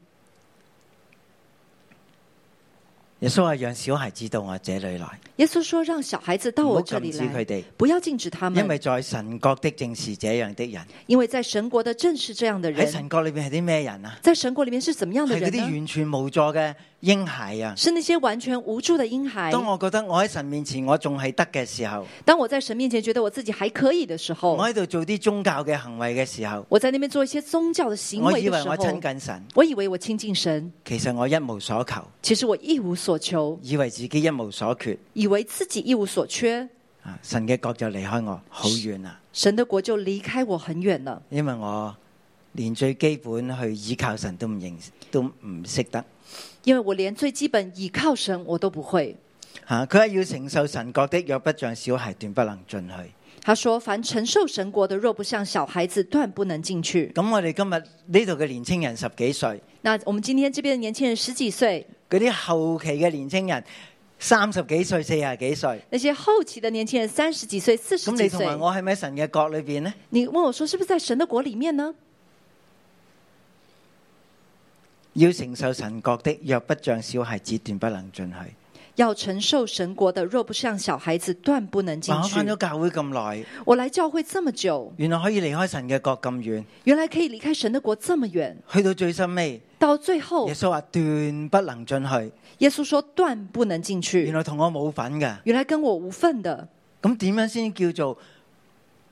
S2: 耶穌話：讓小孩子到我這裏來，
S3: 耶稣说：“让小孩子到
S2: 唔
S3: 我
S2: 好
S3: 这
S2: 禁
S3: 里
S2: 止佢
S3: 来，
S2: 哋，
S3: 不要禁止他
S2: 因為
S3: 们，
S2: 在神國的正是這樣的人。
S3: 因为在神国的正是这样的
S2: 喺
S3: 人。
S2: 神國裏边係啲咩人啊？
S3: 在神国里面是怎麼樣的
S2: 係嗰
S3: 人
S2: 啲
S3: 呢？
S2: 完全無助嘅嬰孩啊！
S3: 是那些完全无助的婴孩。
S2: 當我覺得我喺神面前我仲係得嘅時候，
S3: 当我在神面前觉得我自己还可以的时
S2: 我
S3: 候，
S2: 喺度做啲宗教嘅行為嘅時候，
S3: 我在那边做一些宗教的行
S2: 我以為
S3: 为的时
S2: 我
S3: 候，
S2: 親近神，
S3: 我以為我亲近神，
S2: 其實我一無所求，
S3: 其实我一无所求，
S2: 以為自己一無所缺
S3: 以为自己一无所缺，
S2: 啊！神嘅國就離開我好遠啊！
S3: 神的国就离开我很远了。
S2: 因為我連最基本去依靠神都唔認都唔識得
S3: 因为我连最基本倚靠神我都不會。
S2: 吓，啊佢係要承受神國的，若不像小孩，斷不能進去。
S3: 他说：“凡承受神国的，若不像小孩子，断不能进去。
S2: 咁我哋今日呢度嘅年青人十幾歲，”
S3: 那我们今天这边的年轻人十几岁，
S2: 嗰啲後期嘅年青人三十幾歲、四十幾歲，
S3: 那些后期的年轻人三十几岁、四十
S2: 咁
S3: 几
S2: 你同埋
S3: 岁，
S2: 我喺哦咪神嘅國裏边呢？
S3: 你问我说是不是在神的国里面呢？
S2: 要承受神國的，若不像小孩子，斷不能進去。
S3: 要承受神国的，若不像小孩子，断不能进
S2: 嗱，我
S3: 去
S2: 翻。咗教會咁耐，
S3: 我来教会这么久，
S2: 原來可以離開神嘅國咁遠，
S3: 原来可以离开神的国这么远，
S2: 去到最深尾，
S3: 到最后
S2: 耶，穌話斷不能進去，
S3: 耶稣说断不能进
S2: 原
S3: 去。
S2: 來同我冇份噶。
S3: 原来跟我无份的，
S2: 咁點樣先叫做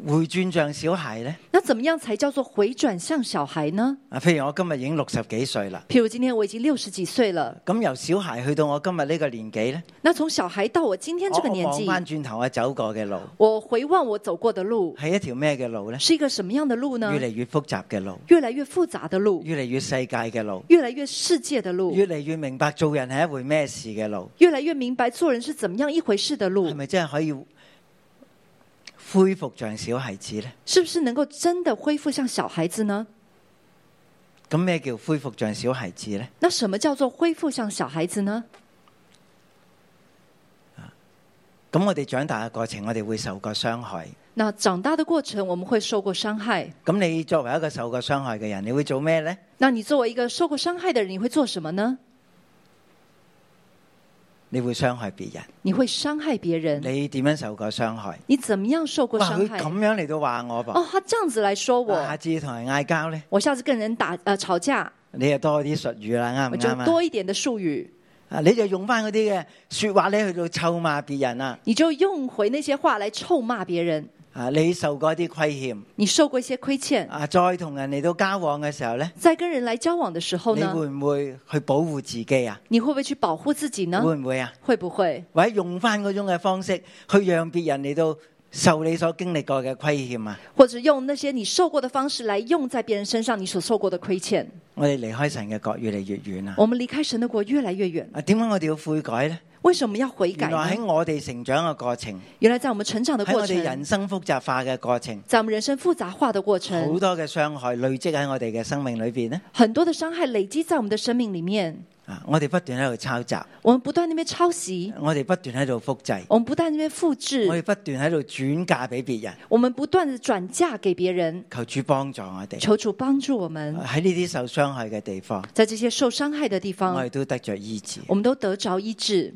S2: 回轉像小孩呢？
S3: 那怎么样才叫做回转向小孩呢？
S2: 啊，譬如我今日已經六十幾歲啦，
S3: 譬如今天我已经六十几岁了，
S2: 咁由小孩去到我今日呢個年紀呢，
S3: 那从小孩到我今天
S2: 哦我
S3: 这个年
S2: 望
S3: 纪，
S2: 翻轉頭我走過嘅路
S3: 我回望我走过的路，
S2: 係一條咩嘅路呢？
S3: 是一个什么样的路呢
S2: 越？嚟越複雜嘅路，
S3: 越来越复杂的路，
S2: 越嚟越世界嘅路，
S3: 越来越世界的路，
S2: 越嚟越明白做人係一回咩事嘅路，
S3: 越来越明白做人是怎么样一回事的
S2: 係
S3: 路，
S2: 咪真係可以恢復像小孩子呢？
S3: 是不是能够真的恢复像小孩子呢？
S2: 咁咩叫恢復像小孩子呢？
S3: 那什么叫做恢复像小孩子呢？
S2: 咁我哋長大嘅過程，我哋會受過傷害。
S3: 那长大的过程，我们会受过傷害。
S2: 咁你作為一個受過傷害嘅人，你會做咩呢？
S3: 那你作为一个受过伤害的人，你会做什么呢？
S2: 你會傷害別人。
S3: 你会伤害别人，
S2: 你點樣受過傷害？
S3: 你怎么样受过
S2: 哇！
S3: 伤
S2: 佢
S3: 害？
S2: 咁樣嚟到話我噃，
S3: 哦，他这样子来说我，
S2: 下次同人嗌交呢，
S3: 我下次跟人打呃吵架，
S2: 你就多啲術語啦，啱
S3: 我
S2: 唔
S3: 就
S2: 啱啊
S3: 多一点的术语，
S2: 啊？你就用翻嗰啲嘅说話咧，去到臭罵別人啊！
S3: 你就用回那些话来臭骂别人。
S2: 啊，你受過一啲虧欠
S3: 你受过一些亏欠，
S2: 啊，再同人嚟到交往嘅時候呢，
S3: 在跟人来交往的时候
S2: 你
S3: 呢，
S2: 會唔會去保護自己啊？
S3: 你会不会去保护自己呢？
S2: 會唔會啊？
S3: 会不会？
S2: 或者用翻嗰種嘅方式去讓別人嚟到受你所經歷過嘅虧欠啊？
S3: 或者用那些你受过的方式来用在別人身上你所受过的亏欠？
S2: 我哋離開神嘅國越嚟越遠啊！
S3: 我们离开神的国越来越远，
S2: 啊，点解我哋要悔改呢？
S3: 为什么要悔改
S2: 原來
S3: 呢？
S2: 喺我哋成長嘅過程。
S3: 原来在我们成长的
S2: 喺
S3: 过
S2: 我
S3: 程
S2: 哋，人生複雜化嘅過程，
S3: 在我们人生复杂化的过
S2: 好
S3: 程，
S2: 多嘅傷害累積喺我哋嘅生命裏边呢，
S3: 很多的伤害累积在我们的生命里面，
S2: 啊，我哋不斷喺度抄襲，
S3: 我们不断那边抄袭，
S2: 我哋不斷喺度複製，
S3: 我们不断那边复制
S2: 啊我，哋不斷喺度轉嫁俾別人。
S3: 我们不断的转嫁给别人，
S2: 求主幫助我哋
S3: 求主帮助我们，
S2: 喺呢啲受傷害嘅地方，
S3: 在这些受伤害的地
S2: 我
S3: 方
S2: 哋，都得着醫治，
S3: 我们都得着医治，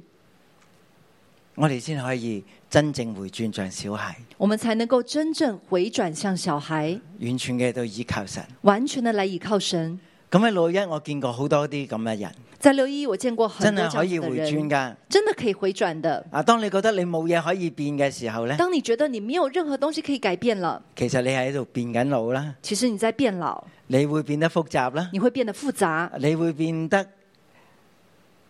S2: 我哋先可以真正回轉像小孩，
S3: 我们才能够真正回转向小孩，
S2: 完全嘅到依靠神。
S3: 完全的来倚靠神。
S2: 咁喺六一，我見過好多啲咁嘅人，
S3: 在六一，我见过很
S2: 真
S3: 多
S2: 係
S3: 这
S2: 可
S3: 样子
S2: 以
S3: 的
S2: 回轉
S3: 人，
S2: 噶。
S3: 真的可以回转的。
S2: 啊，當你覺得你冇嘢可以變嘅時候呢，
S3: 当你觉得你没有任何东西可以改变了，
S2: 其實你係喺度變緊路啦，
S3: 其实你在变老，
S2: 你會變得複雜啦。
S3: 你会变得复杂，
S2: 你會變得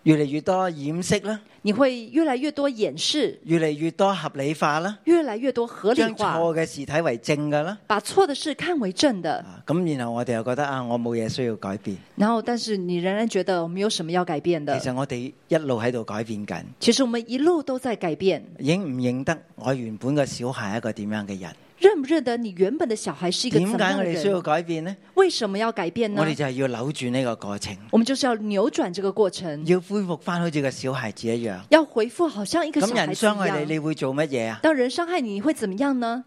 S2: 越嚟越多掩飾啦，
S3: 你会越来越多掩饰，
S2: 越嚟越多合理化啦，
S3: 越来越多合理
S2: 將
S3: 化，
S2: 錯嘅事睇為正噶啦。
S3: 把错的事看为正的。
S2: 啊咁然後我哋又覺得啊，我冇嘢需要改變。
S3: 然后，但是你仍然觉得我们有什么要改变
S2: 其
S3: 的？
S2: 實我哋一路喺度改變緊，
S3: 其实我们一路都在改变，
S2: 已經唔認得我原本個小孩係一個點樣嘅人。
S3: 认不认得你原本的小孩是一个怎
S2: 點
S3: 么
S2: 解
S3: 样
S2: 我
S3: 的
S2: 哋需要
S3: 人？
S2: 改變呢？
S3: 为什么要改变呢
S2: 我？哋就係要扭轉呢個過程，
S3: 我们就是要扭转这个过程，
S2: 要恢復翻好似個小孩子一樣。
S3: 要回复好像一个小
S2: 咁人
S3: 孩子
S2: 傷害
S3: 一
S2: 你，
S3: 样。
S2: 你會做乜嘢啊？
S3: 当人伤害你，你会怎么样呢？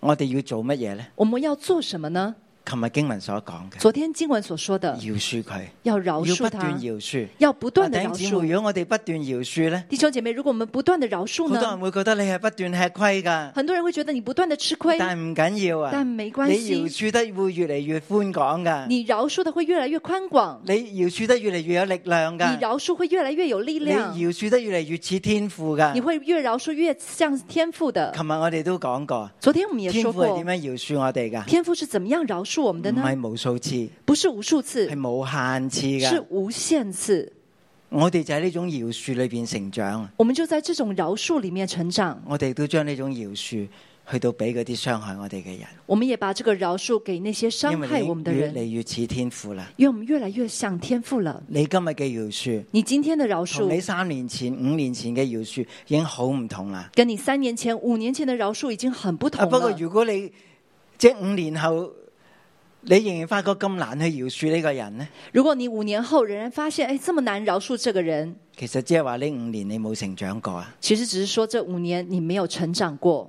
S2: 我哋要做乜嘢呢？
S3: 我们要做什么呢？
S2: 琴日經文所講嘅，
S3: 昨天经文所说的，
S2: 饒恕佢，
S3: 要饶
S2: 要
S3: 恕
S2: 不斷
S3: 他，
S2: 饒恕。
S3: 要不断的
S2: 弟
S3: 饶
S2: 兄姊妹，
S3: 恕。
S2: 如果我哋不斷饒恕咧，
S3: 弟兄姐妹，如果我们不断的饶恕
S2: 好多人
S3: 呢，
S2: 會覺得你係不斷吃虧㗎。
S3: 很多人会觉得你不断的吃亏，
S2: 但唔緊要啊，
S3: 但沒關係
S2: 你饒恕得會越嚟越寬廣㗎，
S3: 你饶恕的会越来越宽广，
S2: 你饒恕得越嚟越有力量
S3: 你
S2: 㗎，
S3: 饶恕会越来越有力
S2: 你
S3: 量，
S2: 饒恕得越嚟越似天父㗎。
S3: 你会越饶恕越像天赋的。
S2: 琴日我哋都講過，
S3: 昨天我们也
S2: 天
S3: 说
S2: 父係點
S3: 过，
S2: 樣饒恕我哋㗎？
S3: 天赋是怎么样饶恕我们的
S2: 唔
S3: 呢？
S2: 係無數次，
S3: 不是無数次，
S2: 係無限次
S3: 是
S2: 㗎。
S3: 无限次。
S2: 我哋就喺呢種饒恕裏边成長，
S3: 我们就在这种饶恕里面成长，
S2: 我哋都將呢種饒恕去到俾嗰啲傷害我哋嘅人，
S3: 我们也把这个饶恕给那些伤
S2: 因為
S3: 害我们的
S2: 你越嚟
S3: 人，
S2: 越似天父啦。
S3: 因为我们越来越像天赋了。
S2: 你今日嘅饒恕，
S3: 你今天的饶
S2: 同你
S3: 恕，
S2: 三年前、五年前嘅饒恕已經好唔同啦。
S3: 跟你三年前、五年前的饶恕已经很不
S2: 啊，
S3: 同
S2: 不過
S3: 了。
S2: 如果你即係五年後，你仍然發覺咁難去饒恕呢個人呢，
S3: 如果你五年后仍然发現，哎，这么难饶恕这个人，
S2: 其實即係話呢五年你冇成長過啊，
S3: 其实只是说这五年你没有成长过，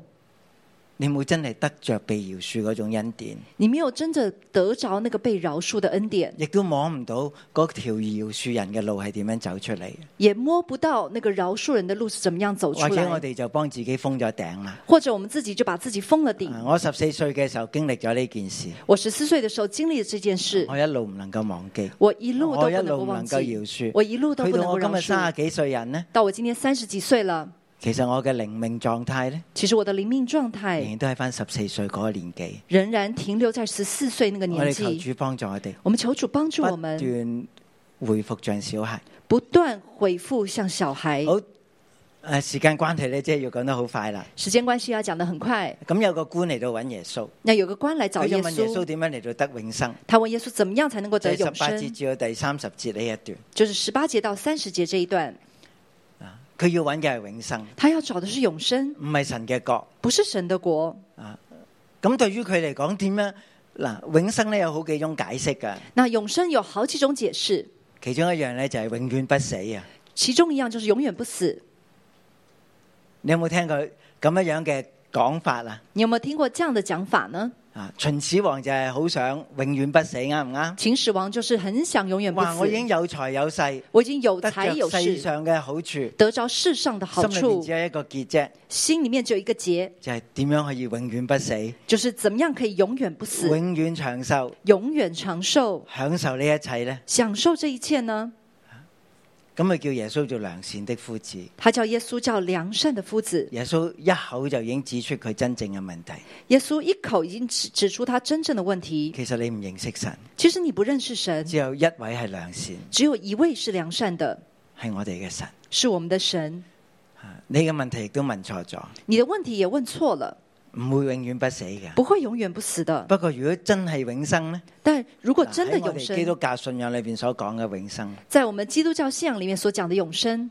S2: 你冇真係得着被饒恕嗰種恩典，
S3: 你没有真的得着那个被饶恕的恩典，
S2: 亦都摸唔到嗰條饒恕人嘅路係點樣走出嚟，
S3: 也摸不到那个饶恕人的路是怎么样走出
S2: 或者啊我
S3: 来。
S2: 哋就幫自己封咗頂啦。
S3: 或者我们自己就把自己封了顶。
S2: 啊我十四歲嘅時候經歷咗呢件事，
S3: 我十四岁的时候经历了这件事，
S2: 我一路唔能夠忘記，
S3: 我嗯一路
S2: 我
S3: 都不
S2: 哦一
S3: 能
S2: 路
S3: 够
S2: 唔
S3: 忘
S2: 能夠
S3: 记
S2: 饒，恕。
S3: 我一路都
S2: 去
S3: 不
S2: 到
S3: 能够
S2: 我今
S3: 饶
S2: 日三十
S3: 恕。
S2: 幾歲人呢，
S3: 到我今年三十几岁了，
S2: 其實我嘅靈命狀態呢，
S3: 其实我的灵命状
S2: 仍
S3: 态
S2: 然都喺翻十四歲嗰個年紀。
S3: 仍然停留在十四岁那个
S2: 我哋
S3: 年
S2: 求
S3: 纪。
S2: 主幫助我哋，
S3: 我们求主帮助
S2: 不
S3: 我们，
S2: 斷回復像小孩。
S3: 不断回复像小孩。
S2: 好，诶，时间关系咧，即係要講得好快啦。
S3: 时间关系啊要讲得很快。
S2: 咁有個官嚟到揾耶穌，
S3: 那有个官来找
S2: 佢就
S3: 耶
S2: 問耶穌
S3: 稣，
S2: 點樣嚟到得永生，
S3: 他问耶稣怎么样才能够
S2: 就
S3: 得
S2: 係
S3: 永
S2: 十八節
S3: 生，
S2: 至到第三十節呢一段。
S3: 就是十八节到三十节这一段。
S2: 佢要揾嘅係永生，
S3: 他要找的是永生，
S2: 唔係神嘅國。
S3: 不是神的国。
S2: 咁對於佢嚟講，點樣嗱？永生咧有好幾種解釋㗎，
S3: 那永生有好几种解释，
S2: 其中一樣咧就係永遠不死啊！
S3: 其中一样就是永远不死。
S2: 你有冇聽過咁樣樣嘅講法啊？
S3: 你有没有听过这样的讲法呢？
S2: 啊，秦始皇就係好想永遠不死，啱唔啱？
S3: 秦始皇就是很想永远不
S2: 話
S3: 死，
S2: 我已經有財有勢，
S3: 我已经有
S2: 得
S3: 财
S2: 着
S3: 有
S2: 世
S3: 势，
S2: 上嘅好處，心
S3: 得着世上的好
S2: 裏邊
S3: 处
S2: 只，有一個結啫，
S3: 心里面只有一个结，
S2: 就係點樣可以永遠不死，
S3: 就是怎么样可以永远不死，
S2: 永遠長壽，
S3: 永远长寿，
S2: 享受呢一切呢？
S3: 享受这一切呢？
S2: 咁佢叫耶穌做良善的夫子。
S3: 他叫耶稣叫良善的夫子，
S2: 耶穌一口就已經指出佢真正嘅問題。
S3: 耶稣一口已经指指出他真正的问题。
S2: 其實你唔認識神，
S3: 其实你不认识神，
S2: 只有一位係良善，
S3: 只有一位是良善的，
S2: 係我哋嘅神。
S3: 是我们的神。
S2: 你嘅問題亦都問錯咗，
S3: 你的问题也问错了，
S2: 唔會永遠不死嘅。
S3: 不会永远不死的。
S2: 不過如果真係永生呢？
S3: 但如果
S2: 嗱
S3: 真的
S2: 喺我
S3: 永
S2: 哋基督
S3: 生，
S2: 教信仰裏边所講嘅永生
S3: 在我们基督教信仰里面所讲的永生，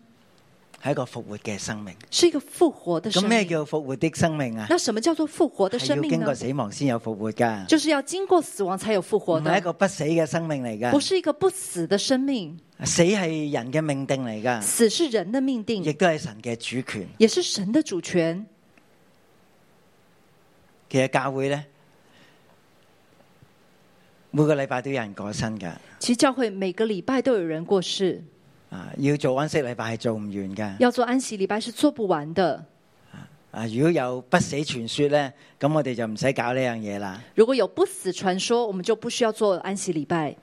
S2: 係一個復活嘅生命。
S3: 是一个复活的
S2: 咁
S3: 生
S2: 咩
S3: 命。
S2: 叫復活的生命啊？
S3: (laughs) 那什么叫做复活的
S2: 係
S3: 生
S2: 要
S3: 命
S2: 經
S3: 呢
S2: 過？死亡先有復活噶，
S3: 就是要经过死亡才有复
S2: 唔
S3: 活
S2: 係一
S3: 的，
S2: 個不死嘅生命嚟
S3: 不
S2: 噶。
S3: 是一个不死的生命。啊
S2: 死係人嘅命定嚟噶，
S3: 死是人的命
S2: 亦
S3: 定，
S2: 都係神嘅主權。
S3: 也是神的主權。
S2: 其實教會呢，每個禮拜都有人過身噶，
S3: 其实教会每个礼拜都有人过世，
S2: 啊，要做安息禮拜係做唔完噶。
S3: 要做安息礼拜是做不完的。
S2: 啊，如果有不死傳說呢，咁我哋就唔使搞呢樣嘢啦。
S3: 如果有不死传说，我们就不需要做安息礼拜。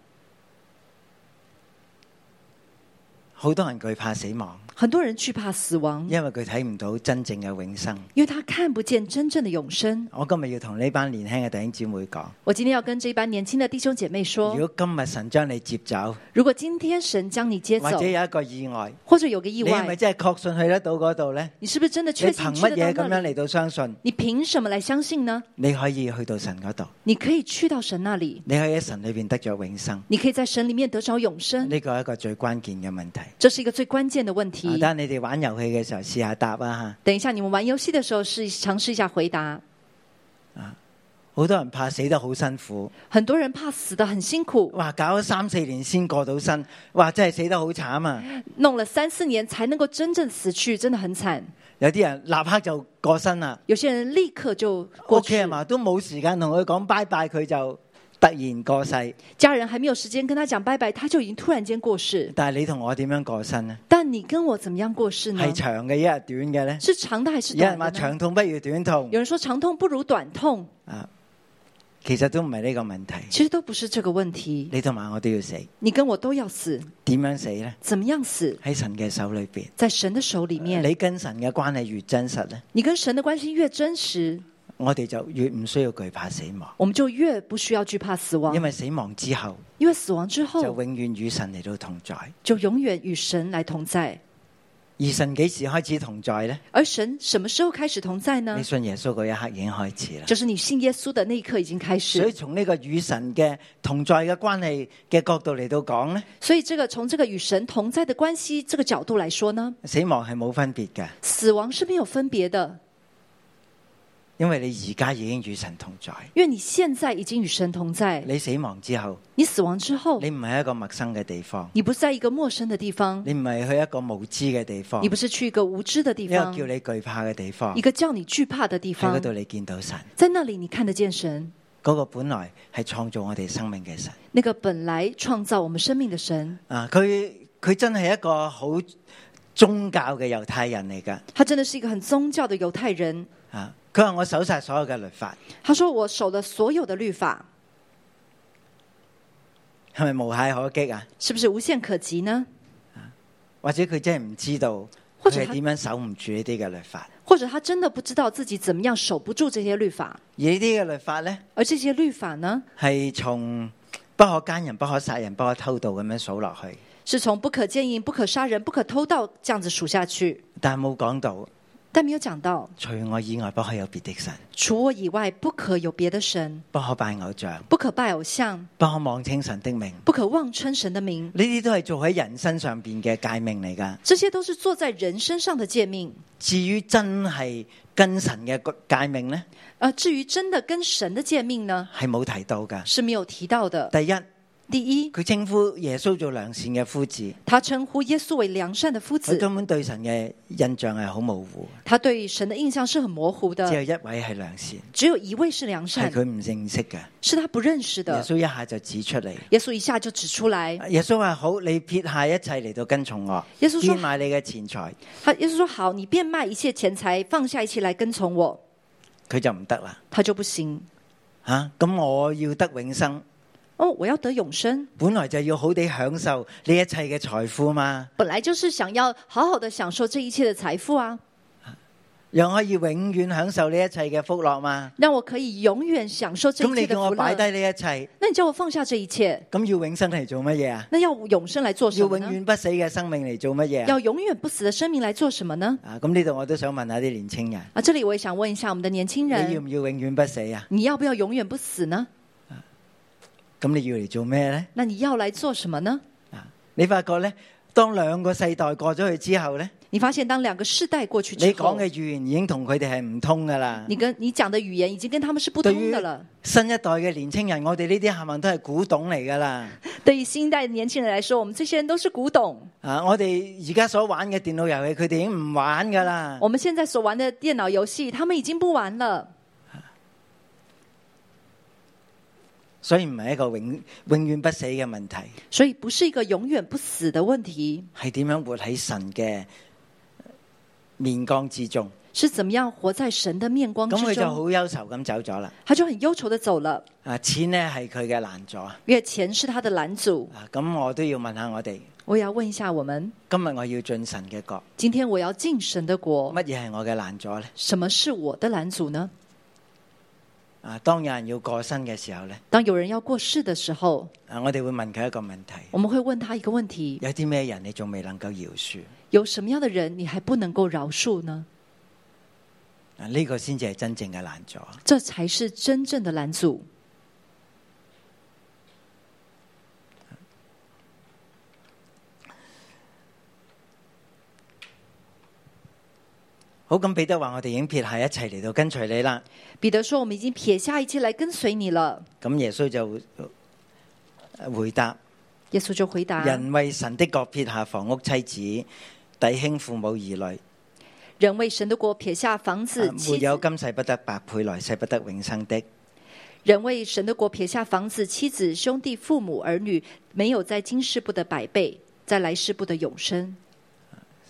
S2: 好多人懼怕死亡，
S3: 很多人惧怕死亡，
S2: 因為佢睇唔到真正嘅永生。
S3: 因为他看不见真正的永生。
S2: 我今日要同呢班年輕嘅弟兄姊妹講：，
S3: 我今天要跟这一班年轻的弟兄姐妹说，
S2: 如果今日神將你接走，
S3: 如果今天神将你接
S2: 或
S3: 走
S2: 者，有一個意外，
S3: 或者有个意
S2: 你係咪
S3: 外，
S2: 真係確信去得到嗰度呢？
S3: 你是不是真的
S2: 你
S3: 确信
S2: 憑
S3: 去
S2: 乜嘢
S3: 得
S2: 咁
S3: 到
S2: 樣
S3: 那里？
S2: 嚟到相信
S3: 你凭什么来相信呢？
S2: 你可以去到神嗰度？
S3: 你可以去到神那里，
S2: 你可以喺神裏边得咗永生？
S3: 你可以在神里面得着永生，
S2: 呢個係一個最關鍵嘅問題。
S3: 这是一个最关键的问
S2: 啊
S3: 题。
S2: 等你哋玩遊戲嘅時候試下答啊
S3: 等一下你们玩游戏的时候试尝试一下回答。
S2: 吓！好多人怕死得好辛苦，
S3: 很多人怕死的很辛苦，
S2: 哇！搞咗三四年先過到身，哇！真係死得好慘啊！
S3: 弄了三四年才能够真正死去，真的很惨。
S2: 有啲人立刻就過身啦，
S3: 有些人立刻就
S2: 屋
S3: 过
S2: 企
S3: 去
S2: 人，話都冇時間同佢講拜拜，佢就突然過世，
S3: 家人还没有时间跟他讲拜拜，他就已经突然间过世。
S2: 但係你同我點樣過身呢？
S3: 但你跟我怎么样过世呢
S2: 係？長嘅一日短嘅呢？
S3: 是长的还是
S2: 有
S3: 短
S2: 人話
S3: 的呢？
S2: 長痛不如短痛
S3: 有，人说长痛不如短痛，
S2: 其實都唔係呢個問題。
S3: 其实都不是这个问题。
S2: 你同埋我都要死，
S3: 你跟我都要死，
S2: 點樣死呢？
S3: 怎么样死？
S2: 喺神嘅手裏邊，
S3: 在神的手里面，
S2: 你跟神嘅關係越真實呢，
S3: 你跟神的关系越真实，
S2: 我哋就越唔需要懼怕死亡，
S3: 我们就越不需要惧怕死亡
S2: 因，為死亡之後
S3: 因为死亡之
S2: 就
S3: 后
S2: 永遠與神嚟到同在。而
S3: 就永远与神来同在。
S2: 神幾時開始同在呢？
S3: 而神什么时候开始同在呢
S2: 你？信耶穌嗰一刻已經開始啦。
S3: 就是你信耶稣的那一刻已经开
S2: 所以
S3: 始。
S2: 從呢個與神嘅同在嘅關係嘅角度嚟到講呢，
S3: 所以，这个从这个与神同在的关系这个角度来说呢，
S2: 死亡係冇分別嘅，
S3: 死亡是没有分别的，
S2: 因為你而家已經與神同在。
S3: 因为你现在已经与神同在。
S2: 你死亡之後，
S3: 你死亡之后
S2: 你，唔係一個陌生嘅地方，
S3: 你不是在一个陌生的地方，
S2: 你唔係去一個無知嘅地方，
S3: 你
S2: 一
S3: 不是去一个无知的地
S2: 個
S3: 方，
S2: 叫你懼怕嘅地方。
S3: 一
S2: 喺
S3: 个叫你惧怕的地
S2: 嗰
S3: 方，
S2: 度你見到神，
S3: 在那里你看得见神，
S2: 嗰、個本來係創造我哋生命嘅神。
S3: 那个本来創造我们生命的神，
S2: 啊，佢佢真係一個好宗教嘅猶太人嚟㗎。
S3: 他真的是一个很宗教的犹太人。
S2: 啊，佢話我守晒所有嘅律法，
S3: 他说：“我守了所有的律法，
S2: 係咪無懈可擊啊？
S3: 是不是无限可及呢？
S2: 或者佢真係唔知道
S3: 或
S2: 佢
S3: 者
S2: 係
S3: 他
S2: 點樣守唔住呢啲嘅律法？
S3: 或者他真的不知道自己怎么样守不住这些律法？
S2: 而呢啲嘅律法呢，
S3: 而这些律法呢，
S2: 係從不可奸人、不可殺人、不可偷盜咁樣數落去，
S3: 是从不可奸淫、不可杀人、不可偷盗这样子数下去，
S2: 但冇講到
S3: 但没有讲到
S2: 除我以外不可有別的神，
S3: 除我以外不可有别的神，
S2: 不可拜偶像，
S3: 不可拜偶像，
S2: 不可妄稱神的名。
S3: 不可妄称神的名。
S2: 呢啲都係做喺人身上邊嘅誡命嚟㗎。
S3: 这些都是做在人身上的诫命。
S2: 至於真係跟神嘅誡命呢，
S3: 呃，至于真的跟神的诫命呢，
S2: 係冇提到㗎。
S3: 是没有提到的。
S2: 第一，
S3: 第一，
S2: 佢稱呼耶穌做良善嘅夫子，
S3: 他称呼耶稣为良善的夫
S2: 佢
S3: 子，
S2: 根本對神嘅印象係好模糊，
S3: 他对神的印象是很模糊
S2: 只有
S3: 的。
S2: 一位係良善，
S3: 只有一位是良
S2: 係
S3: 善，
S2: 佢唔認識嘅。
S3: 是他不认识
S2: 耶
S3: 的。
S2: 穌一下就指出嚟。
S3: 耶稣一下就指出来，
S2: 耶穌話：好，你撇下一切嚟到跟從我，
S3: 耶穌說
S2: 變賣你嘅錢財，
S3: 他耶稣说：“好，你变卖一切钱财，放下一切来跟从我。
S2: 佢就唔得啦。”
S3: 他就不行。
S2: 吓、咁我要得永生，
S3: 哦，我要得永生，
S2: 本來就要好地享受呢一切嘅財富嘛，
S3: 本来就是想要好好的享受这一切的财富啊，
S2: 讓可以永遠享受呢一切嘅福樂嘛。
S3: 让我可以永远享受这
S2: 咁
S3: 一
S2: 你
S3: 切的
S2: 叫我
S3: 福
S2: 擺低
S3: 乐。
S2: 呢一切，
S3: 那你叫我放下这一切，
S2: 咁要永生嚟做乜嘢啊？
S3: 那要永生来做
S2: 要
S3: 什么
S2: 永
S3: 呢？
S2: 遠不死嘅生命嚟做乜嘢啊？
S3: 要永远不死的生命来做什么呢？
S2: 啊，咁呢度我都想問下啲年青人，
S3: 啊，这里我也想问一下我们的年轻
S2: 你要
S3: 人，
S2: 唔要永遠不死啊？
S3: 你要不要永远不死呢？
S2: 咁你要嚟做咩呢？
S3: 那你要来做什么呢？
S2: 你發覺呢，當兩個世代過咗去之後呢，
S3: 你发现当两个世代过去之
S2: 你
S3: 后
S2: 講，嘅語言已經同佢哋係唔通噶啦。
S3: 你跟你讲的语言已经跟他们是不
S2: 對
S3: 通
S2: 於
S3: 的了。
S2: 新一代嘅年青人，我哋呢啲冚唪唥都係古董嚟噶啦。
S3: 对于新一代的年轻人来说，我们这些人都是古董。
S2: 啊！我哋而家所玩嘅電腦遊戲，佢哋已經唔玩噶啦。
S3: 我们现在所玩的电脑游戏，他们已经不玩了，
S2: 所以唔係一個永永远不死嘅問題，
S3: 所以不是一个永远不死的问题，
S2: 係點樣活喺神嘅面光之中。
S3: 是怎么样活在神的面光
S2: 咁佢
S3: 之
S2: 就好
S3: 中。
S2: 憂愁咁走咗啦。
S3: 他就很忧愁的走了，
S2: 啊，钱呢係佢嘅難阻啊！
S3: 因为钱是他的拦阻。
S2: 咁我都要問下我哋，
S3: 我也要问一下我们，
S2: 今日我要進神嘅國，
S3: 今天我要进神的国，
S2: 乜嘢係我嘅難阻呢？
S3: 什么是我的拦阻呢？
S2: 啊，当有人要過身嘅時候呢，
S3: 当有人要过世的时候，
S2: 啊，我哋會問佢一個問題：
S3: 我们会问他一个问题：
S2: 有啲咩人你仲未能夠饒恕？
S3: 有什么样的人你还不能够饶恕呢？
S2: 啊，呢、個先至係真正嘅難阻。
S3: 这才是真正的拦阻。
S2: 好，咁彼得話：我哋已經撇下一切嚟到跟隨你啦。
S3: 彼得说：“我们已经撇下一切来跟随你了。
S2: 咁耶穌就呃回答：”
S3: 耶稣就回答：“
S2: 人為神的國撇下房屋、妻子、弟兄、父母、兒女，
S3: 人为神的国撇下房子
S2: 啊、
S3: 妻
S2: 沒有
S3: 子，
S2: 今世不得百倍，來世不得永生的。
S3: 人为神的国撇下房子、妻子、兄弟、父母、儿女，没有在今世不得百倍，在来世不得永生。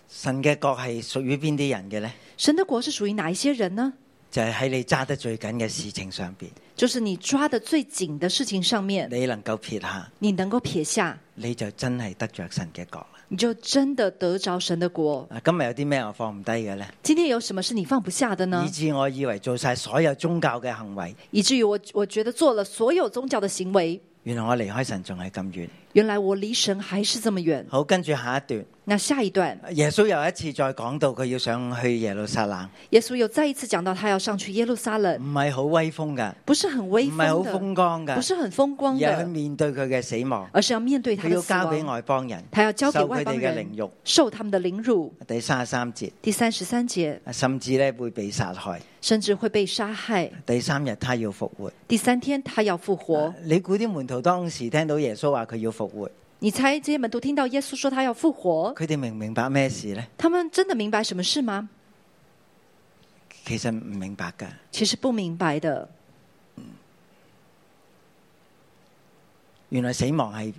S2: 神嘅國係屬於邊啲人嘅呢？
S3: 神的国是属于哪一些人呢？
S2: 就係喺你揸得最緊嘅事情上边，
S3: 就是你抓得最紧的事情上面，
S2: 你能夠撇下，
S3: 你能够撇下，
S2: 你就真係得着神嘅國啦。
S3: 你就真的得着神的国。
S2: 啊，今日有啲咩我放唔低嘅呢？
S3: 今天有什么是你放不下的呢
S2: 以？致我以為做晒所有宗教嘅行為，
S3: 以至于我我觉得做了所有宗教的行为，
S2: 原來我離開神仲係咁遠。
S3: 原来我离神还是这么远。
S2: 好，跟住下一段，
S3: 那下一段，
S2: 耶穌又一次再講到佢要上去耶路撒冷，
S3: 耶稣又再一次讲到他要上去耶路撒冷，
S2: 唔係好威風噶，
S3: 不是很威
S2: 嗯唔係
S3: 风
S2: 好風
S3: 的，
S2: 光噶，
S3: 不是很风
S2: 而
S3: 光
S2: 係去
S3: 的，
S2: 面對佢嘅死亡，
S3: 而是要面对他
S2: 佢
S3: 的
S2: 要
S3: 死
S2: 交俾
S3: 亡，
S2: 外邦人，
S3: 他要啊交给
S2: 受佢
S3: 外邦
S2: 哋嘅凌
S3: 人，
S2: 辱。
S3: 受他们的凌辱。
S2: 第三十三節，
S3: 第三十三节，
S2: 甚至咧會被殺害。
S3: 甚至会被杀害。
S2: 第三日他要復活。
S3: 第三天他要复活。
S2: 啊你估啲門徒當時聽到耶穌話佢要復活，
S3: 你猜这些门徒听到耶稣说他要复活，
S2: 佢哋明唔明白咩事呢？
S3: 他们真的明白什么事吗？
S2: 其實唔明白噶。
S3: 其实不明白的。
S2: 原來死亡係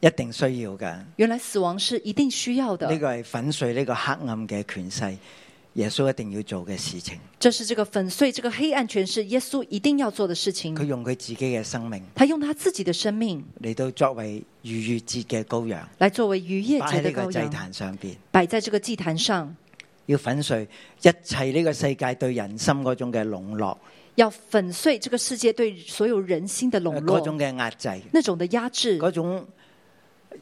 S2: 一定需要噶，呢
S3: 原来死亡是一定需要的，
S2: 個係粉碎呢個黑暗嘅權勢，耶穌一定要做嘅事情。
S3: 这是这个粉碎这个黑暗权势，耶稣一定要做的事情
S2: 佢。用佢自己嘅生命
S3: 他用他自己的生命
S2: 嚟到作為逾越節嘅羔羊，
S3: 来作为逾越
S2: 擺
S3: 节
S2: 喺
S3: 的
S2: 呢個
S3: 羔
S2: 祭
S3: 羊，
S2: 壇上邊，
S3: 摆在这个祭坛上，
S2: 要粉碎一切呢個世界對人心嗰種嘅籠絡，
S3: 要粉碎这个世界对所有人心的笼
S2: 嗰
S3: 络，
S2: 種嘅壓制。
S3: 那种的压制，
S2: 嗰種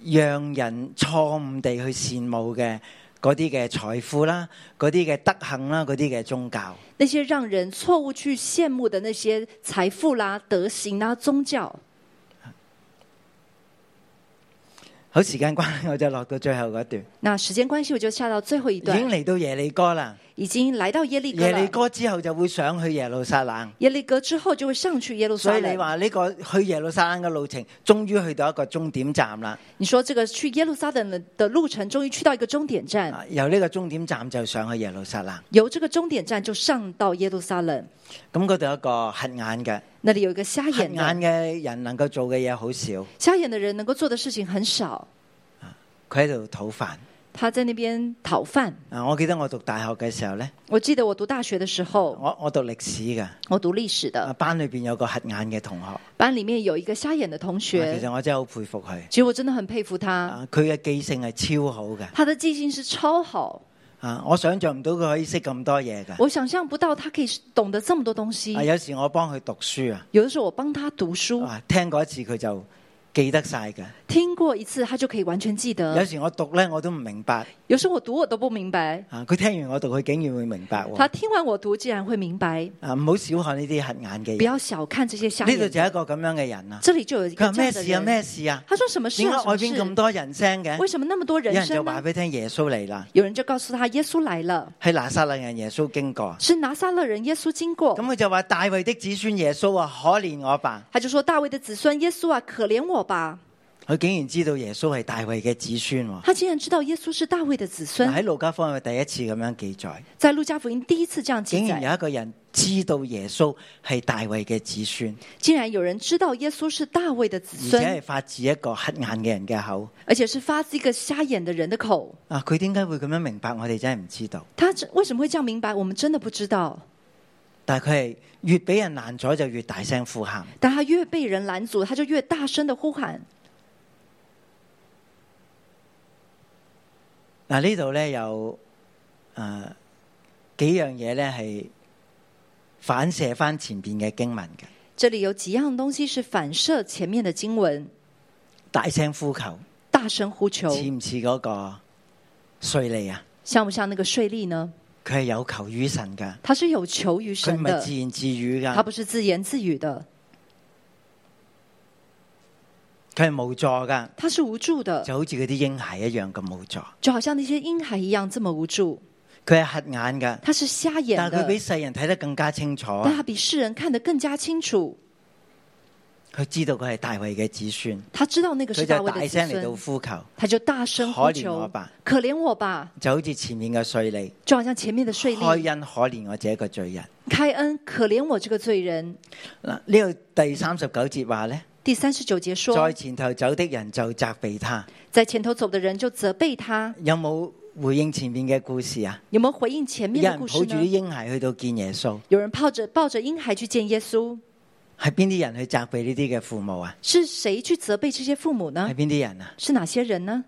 S2: 讓人錯誤地去羨慕嘅嗰啲嘅財富啦，嗰啲嘅德行啦，嗰啲嘅宗教，
S3: 那些让人错误去羡慕的那些财富啦、德行啦、宗教。
S2: 好時間關係，我就落到最後嗰段，
S3: 那时间关系，我就下到最后一
S2: 已經
S3: 段，
S2: 嚟到耶利哥啦。
S3: 已经来到耶利哥
S2: 耶利
S3: 了。
S2: 哥之後就會上去耶路撒冷，
S3: 耶利哥之后就会上去耶路
S2: 所
S3: 撒
S2: 以你
S3: 冷。
S2: 話呢個去耶路撒冷嘅路程，終於去到一個終點站啦。
S3: 你说这个去耶路撒冷的的路程，终于去到一个终点站，
S2: 啊由呢個終點站就上去耶路撒冷，
S3: 由这个终点站就上到耶路撒冷。
S2: 咁嗰度有一個瞎眼嘅，
S3: 那里有一个瞎
S2: 瞎
S3: 眼的，
S2: 眼嘅人能夠做嘅嘢好少，
S3: 瞎眼的人能够做的事情很少，
S2: 佢喺度討飯。
S3: 他在那邊讨饭。
S2: 啊，我記得我讀大學嘅時候呢，
S3: 我記得我讀大學的時候，
S2: 我我讀歷史嘅。
S3: 我讀歷史
S2: 啊
S3: 的，
S2: 班裏邊有個瞎眼嘅同學，啊
S3: 班裡面有一個瞎眼的同
S2: 其
S3: 學，
S2: 實我真係好佩服佢。
S3: 其實我真的很佩服他，
S2: 啊，佢嘅記性係超好嘅。
S3: 他的記性是超好，
S2: 啊，我想象唔到佢可以識咁多嘢嘅。
S3: 我想象不到他可以懂得這麼多東西
S2: 啊，。有時我幫佢讀書啊，
S3: 有的時候我幫他讀書，
S2: 啊，聽過一次佢就記得晒嘅。
S3: 聽過一次他就可以完全記
S2: 有
S3: 得。
S2: 時我讀呢，我都唔明白。
S3: 有時候我讀我都不明白，
S2: 啊，佢聽完我讀，佢竟然會明白喎。
S3: 他聽完我讀竟然會明白。
S2: 啊，唔好小看呢啲瞎眼嘅
S3: 不
S2: 人。
S3: 要小看這些瞎
S2: 呢度
S3: 眼
S2: 就
S3: 的，
S2: 係一個咁樣嘅人啊。
S3: 這裡就有一
S2: 佢
S3: 個
S2: 話
S3: 這
S2: 咩
S3: 樣的
S2: 事啊？
S3: 人。
S2: 咩事啊？
S3: 他說什麼事
S2: 點解
S3: 啊？
S2: 外邊
S3: 什
S2: 咁
S3: 麼事？
S2: 多人聲
S3: 為
S2: 嘅？
S3: 什麼那麼多
S2: 有
S3: 人
S2: 人就
S3: 生
S2: 話
S3: 呢？
S2: 俾佢聽耶穌嚟啦，
S3: 有人就告訴他耶穌來了，
S2: 喺拿撒勒人耶穌經過。
S3: 是拿撒勒人耶穌經
S2: 咁
S3: 過，
S2: 佢就話大衛的子孫耶穌啊，可憐我吧！
S3: 他就說：“大衛的子孫耶穌啊，可憐我吧
S2: 佢竟然知道耶穌係大衛嘅子孫！”喎。
S3: 他竟然知道耶穌是大衛的子
S2: 嗱喺
S3: 孫，
S2: 路加福音係第一次咁樣記載，
S3: 在路加福音第一次這樣記
S2: 竟然
S3: 載，
S2: 有一個人知道耶穌係大衛嘅子孫，
S3: 竟然有人知道耶穌是大衛的子
S2: 而且係
S3: 孫，
S2: 發自一個黑眼嘅人嘅口。
S3: 而且是發自一個瞎眼的人的口。
S2: 啊！佢點解會咁樣明白？我哋真係唔知道。
S3: 他這為什麼會這樣明白？我們真的不知道。
S2: 但係佢係越俾人難咗，就越大聲呼喊。
S3: 但他越被人攔阻，他就越大聲的呼喊。
S2: 嗱呢度咧有啊幾樣嘢咧係反射翻前邊嘅經文嘅，
S3: 這裡有幾樣東西是反射前面的經文，
S2: 大聲呼求。
S3: 大聲呼求，
S2: 似唔似嗰個税利啊？
S3: 像不像那個税吏呢？
S2: 佢係有求於神噶，
S3: 他是有求於
S2: 佢唔
S3: 神
S2: 係
S3: 的
S2: 自，言自語
S3: 他
S2: 噶，
S3: 不是自言自語的，
S2: 佢係無助噶，
S3: 他是無助的，
S2: 就好似嗰啲嬰孩一樣咁無助。
S3: 就好像那些嬰孩一樣這麼無助。
S2: 佢係瞎眼噶，
S3: 他是瞎眼
S2: 但係佢
S3: 的
S2: 比，世人睇得更加清楚啊。
S3: 但他比世人看得更加清楚。
S2: 佢知道佢係大衛嘅子孫，
S3: 他知道那个
S2: 佢
S3: 是大
S2: 就
S3: 卫
S2: 大
S3: 的
S2: 聲
S3: 子
S2: 嚟到
S3: 孙，
S2: 呼求，
S3: 他就大声
S2: 可
S3: 呼
S2: 憐我
S3: 求
S2: 吧，
S3: 可怜我吧，
S2: 就好似前面嘅税吏，
S3: 就好像前面的税吏
S2: 開恩可憐我這個罪人。
S3: 开恩，可怜我这个罪人。
S2: 嗱，呢度第三十九節話呢，
S3: 第三十九节说
S2: 在，前頭走的人就責備他，
S3: 在前头走的人就责备他，
S2: 有冇回應前面嘅故事啊？
S3: 有没有回应前
S2: 有
S3: 面的
S2: 人
S3: 故
S2: 抱
S3: 事
S2: 住啲
S3: 呢？
S2: 嬰孩去到見耶穌，
S3: 有人抱着抱着婴孩去见耶稣，
S2: 係邊啲人去責備呢啲嘅父母啊？
S3: 是谁去责备这些父母呢
S2: 係？邊啲人啊？
S3: 是哪些人呢？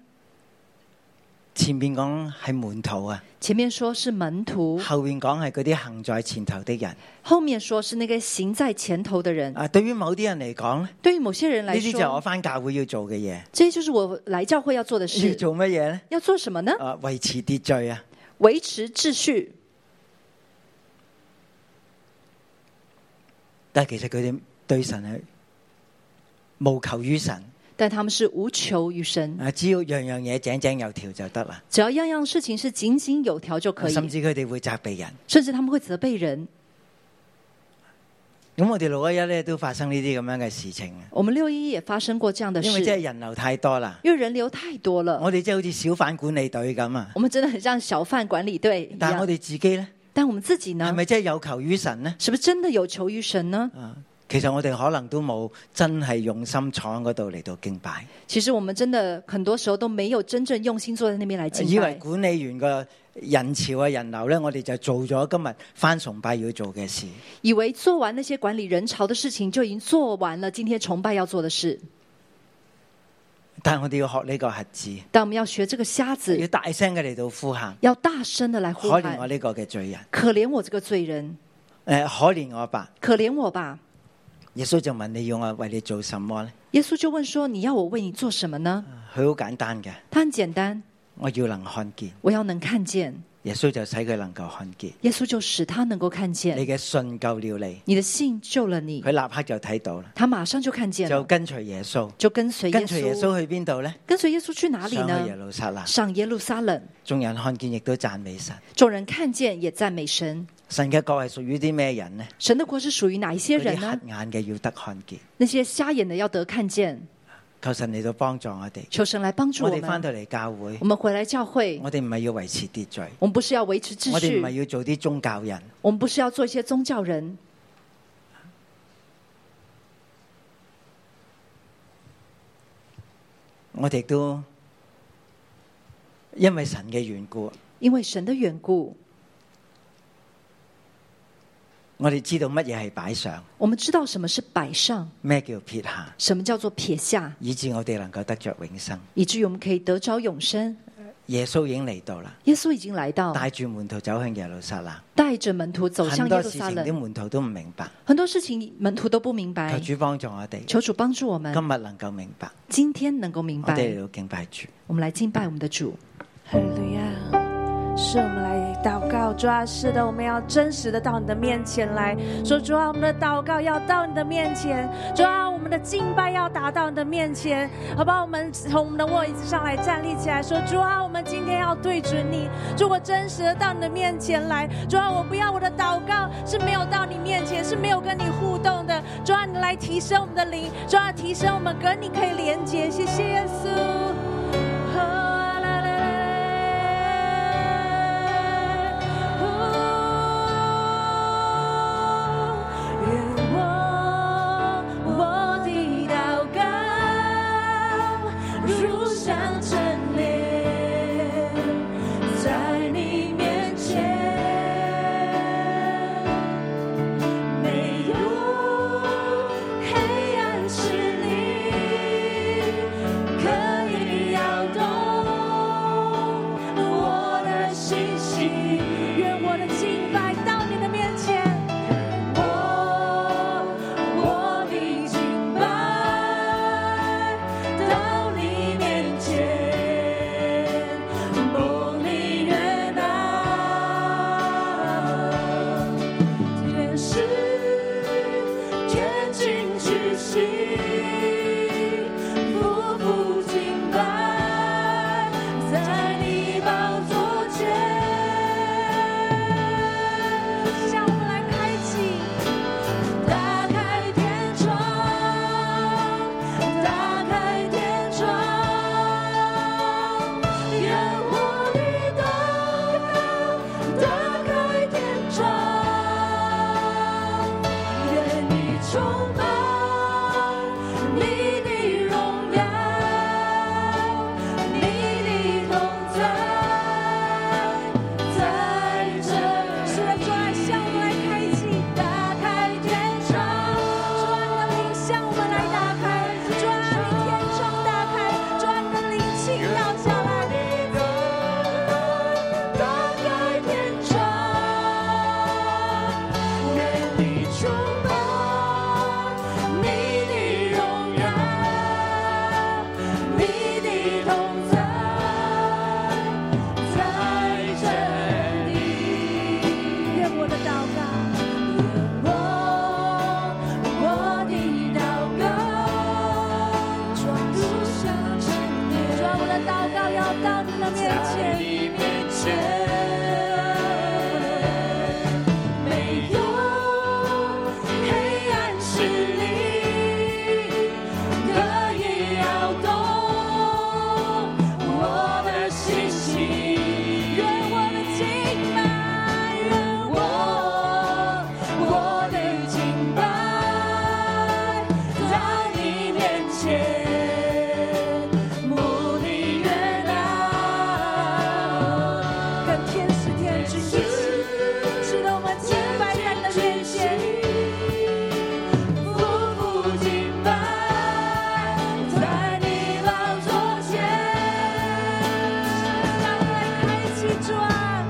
S2: 前面講係門徒啊，
S3: 前面说是门徒，
S2: 後面講係嗰啲行在前頭的人。
S3: 后面说是那个行在前头的人。
S2: 啊，對於某啲人嚟講咧，
S3: 对于某些人
S2: 呢
S3: 来
S2: 啲就係我
S3: 说，
S2: 翻教會要做嘅嘢。
S3: 这些就是我来教会要做的
S2: 要
S3: 事。
S2: 做乜嘢咧？
S3: 要做什么呢？
S2: 啊，維持秩序啊！
S3: 维持秩序。
S2: 但係其實佢哋對神係無求於神
S3: 但他们是无求于神，
S2: 啊，只要樣樣嘢井井有條就得啦。
S3: 只要样样事情是井井有条就可以，
S2: 甚至佢哋會責備人。
S3: 甚至他们会责备人。
S2: 咁我哋六一一咧都發生呢啲咁樣嘅事情啊，
S3: 我们六一一也发生过这样的
S2: 因
S3: 事，
S2: 為真係人流太多啦。
S3: 因为人流太多了，
S2: 我哋即係好似小販管理隊咁啊，
S3: 我们真的很像小贩管理队一
S2: 但係
S3: 样
S2: 我哋自己咧
S3: 但我们自己
S2: 係
S3: 呢？
S2: 咪真係有求於神呢？
S3: 是不是真的有求于神呢？
S2: 啊，其實我哋可能都冇真係用心坐喺嗰度嚟到敬拜，
S3: 其实我们真的很多时候都没有真正用心坐在那边来
S2: 以
S3: 敬
S2: 為
S3: 拜，
S2: 管理員個人潮啊人流咧，我哋就做咗今日翻崇拜要做嘅事。
S3: 以为做完那些管理人潮的事情就已经做完了今天崇拜要做的事。
S2: 但係我哋要學呢個核子，
S3: 但我们要学这个瞎
S2: 要
S3: 子，
S2: 大聲嘅嚟到呼喊，
S3: 要大声的来呼
S2: 可憐我
S3: 喊，
S2: 呢個嘅罪人，
S3: 可怜我这个罪人，
S2: 诶、可憐我吧。
S3: 可怜我吧。
S2: 耶穌就問你要我為你做什麼呢？
S3: 耶稣就问说：“你要我为你做什么呢
S2: 佢好簡單嘅，？”
S3: 他很简单，
S2: 我要能看見。
S3: 我要能看见。
S2: 耶穌就使佢能夠看見。
S3: 耶稣就使他能够看
S2: 你
S3: 见，
S2: 嘅信救了你，
S3: 你的信救了你
S2: 佢，立刻就睇到啦，
S3: 他马上就看见
S2: 就
S3: 了，
S2: 跟隨耶穌。
S3: 啊就跟随耶
S2: 跟隨耶
S3: 稣，
S2: 穌去邊度呢？
S3: 跟随耶稣去哪里
S2: 上去耶
S3: 呢？
S2: 路撒冷，
S3: 上耶路撒冷。
S2: 眾人看見亦都讚美神。
S3: 众人看见也赞美神。
S2: 神嘅國係屬於啲咩人呢？
S3: 神的国是属于哪一些
S2: 嗰
S3: 人
S2: 啲
S3: 呢
S2: 黑？眼嘅要得看見。
S3: 那些瞎眼的要得看见，
S2: 求神嚟到幫助我哋。
S3: 求神来帮助
S2: 我
S3: 我
S2: 哋翻
S3: 们。
S2: 到嚟教會，
S3: 我们回来教会，
S2: 我哋唔係要維持秩序，
S3: 我们不是要维持秩
S2: 我哋唔係
S3: 序，
S2: 要做啲宗教人。
S3: 我们不是要做一些宗教人。
S2: 我哋都因為神嘅緣故，
S3: 因为神的缘故，
S2: 我哋知道乜嘢係擺上，
S3: 我们知道什么是摆上，
S2: 咩叫撇下，
S3: 什么叫做撇下，
S2: 以致我哋能夠得着永生。
S3: 以至于我们可以得着永生。
S2: 耶穌已經嚟到啦，
S3: 耶稣已经来到，
S2: 帶住門徒走向耶路撒冷。
S3: 带着门徒走
S2: 很
S3: 向耶
S2: 多
S3: 路
S2: 事
S3: 撒
S2: 情啲
S3: 冷。
S2: 門徒都唔明白，
S3: 很多事情门徒都不明
S2: 求
S3: 白，
S2: 主幫助我哋，今
S3: 求主帮助我们，
S2: 日能夠明白，
S3: 今天能够明
S2: 我哋
S3: 白
S2: 嚟。到敬拜主。
S3: 我们来敬拜我们的主。
S4: 哈利路亚！是我们来祷告，主啊，是的，我们要真实的到你的面前来说，主啊，我们的祷告要到你的面前，主啊，我们的敬拜要达到你的面前，好不好？我们从我们的位置上来站立起来，说，主啊，我们今天要对准你，主，我真实的到你的面前来，主啊，我不要我的祷告是没有到你面前，是没有跟你互动的，主啊，你来提升我们的灵，主啊，提升我们跟你可以连接，谢谢耶稣。哦啊啦啦啦哦愿我我的祷告如香陈列在你面前，没有黑暗势力可以。啊充满你的荣耀，你的同在，在这
S5: 是的，主啊，向我们来开启。
S4: 打开天窗，
S5: 主啊，你的灵向我们来打开，主啊，你天窗打开，主啊，你的灵倾倒下来。
S4: 打开天窗，
S5: 啊
S4: 愿你充满你的荣耀，你的同在，在这里。
S5: 愿我的祷告，
S4: 我我的祷告，主上圣殿，
S5: 主啊，我的祷告要到你的面
S4: 在
S5: 前，
S4: 你面前，没有黑暗势力可以摇动我的信心。
S5: 愿我的敬拜，愿
S4: 我我的敬拜在你面前，目的越大，
S5: 跟天使天
S4: 只
S5: 君一
S4: 是
S5: 起，使得我们敬拜在你的面前。
S4: 步步敬拜在你宝座前。
S5: 让我们来开启主啊，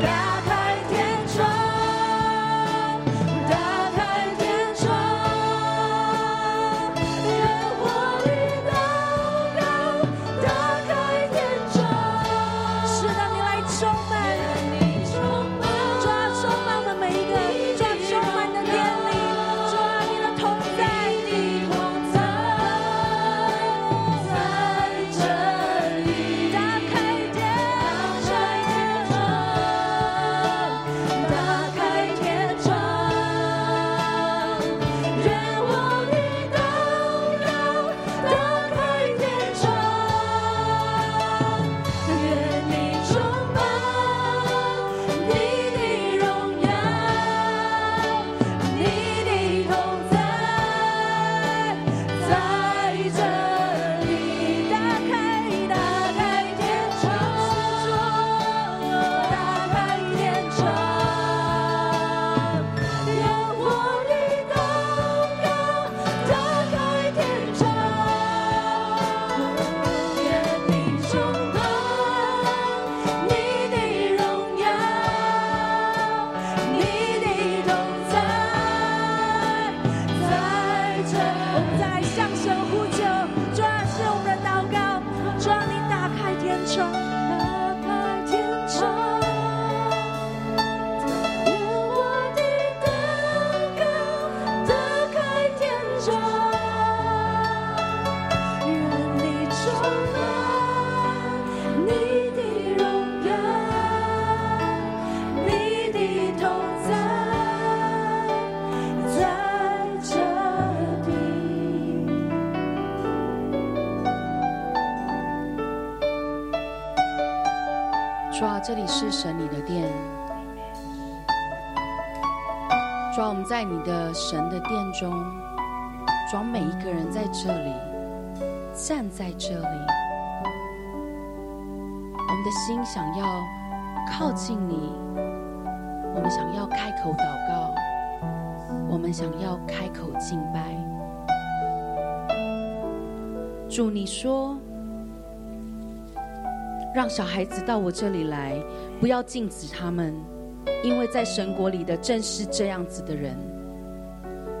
S4: 打开天窗，打开天窗，让我的祷告打开天窗，
S5: 使得你来充满，
S4: 你充满
S5: 主啊，充满我们每一个人，主啊，充满你的怜悯，主啊，你的同在。
S4: 你的光彩在这里。
S5: 打开天窗，
S4: 打开天窗，愿我的祷告打开天窗，愿你充满你的荣耀，你的同在在这里。打开，打开天窗，打开天窗。让我的祷告打开天窗，愿你充满你的荣耀，你的同在，在这
S5: 我们再来向神呼求，主啊，是我们的祷告，主啊，你打开天窗，
S4: 打开天窗，愿我的祷告打开天窗，愿你充满你的荣耀，你的同在，在这地。
S6: 主啊，这里是神你的殿。主啊，我们在你的神的殿中，主啊，每一个人在这里，站在这里，我们的心想要靠近你，我们想要开口祷告，我们想要开口敬拜。主，你说。让小孩子到我这里来，不要禁止他们，因为在神国里的正是这样子的人。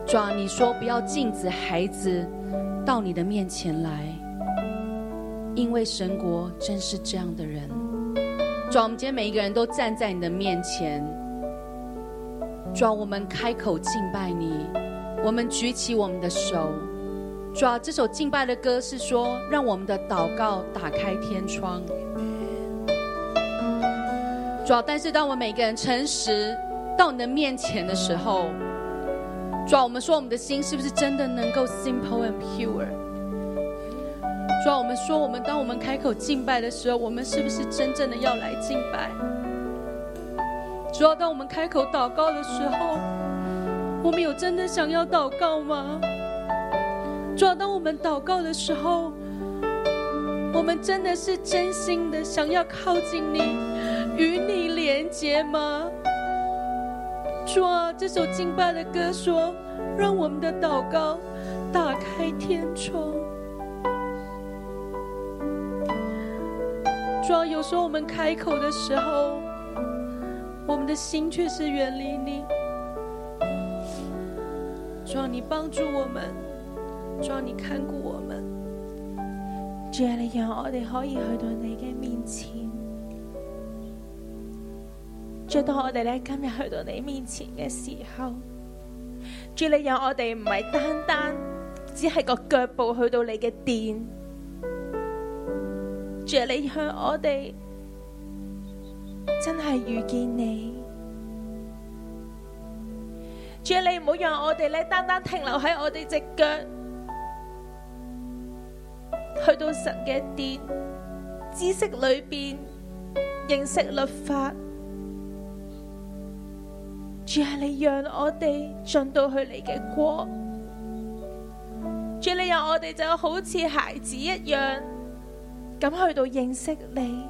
S6: 主啊，你说不要禁止孩子到你的面前来，因为神国真是这样的人。主啊，我们今天每一个人都站在你的面前。主啊，我们开口敬拜你，我们举起我们的手。主啊，这首敬拜的歌是说，让我们的祷告打开天窗。主啊，但是当我们每个人诚实到你的面前的时候，主啊，我们说我们的心是不是真的能够 simple and pure？主啊，我们说我们当我们开口敬拜的时候，我们是不是真正的要来敬拜？主啊，当我们开口祷告的时候，我们有真的想要祷告吗？主啊，当我们祷告的时候，我们真的是真心的想要靠近你，与你连结吗？主啊，这首敬拜的歌说，让我们的祷告打开天窗。主啊，有时候我们开口的时候，我们的心却是远离你。主啊，你帮助我们，主啊，你看顾我们。
S4: 主啊，你让我哋可以去到你嘅面前。主，当我哋咧今日去到你面前嘅时候，主你让我哋唔系单单只系个脚步去到你嘅殿，主你向我哋真系遇见你。主啊你唔好让我哋咧单单停留喺我哋只脚。去到神嘅殿，知识里边认识律法。主啊，你让我哋进到去你嘅国。主，啊你让我哋就好似孩子一样，咁去到认识你。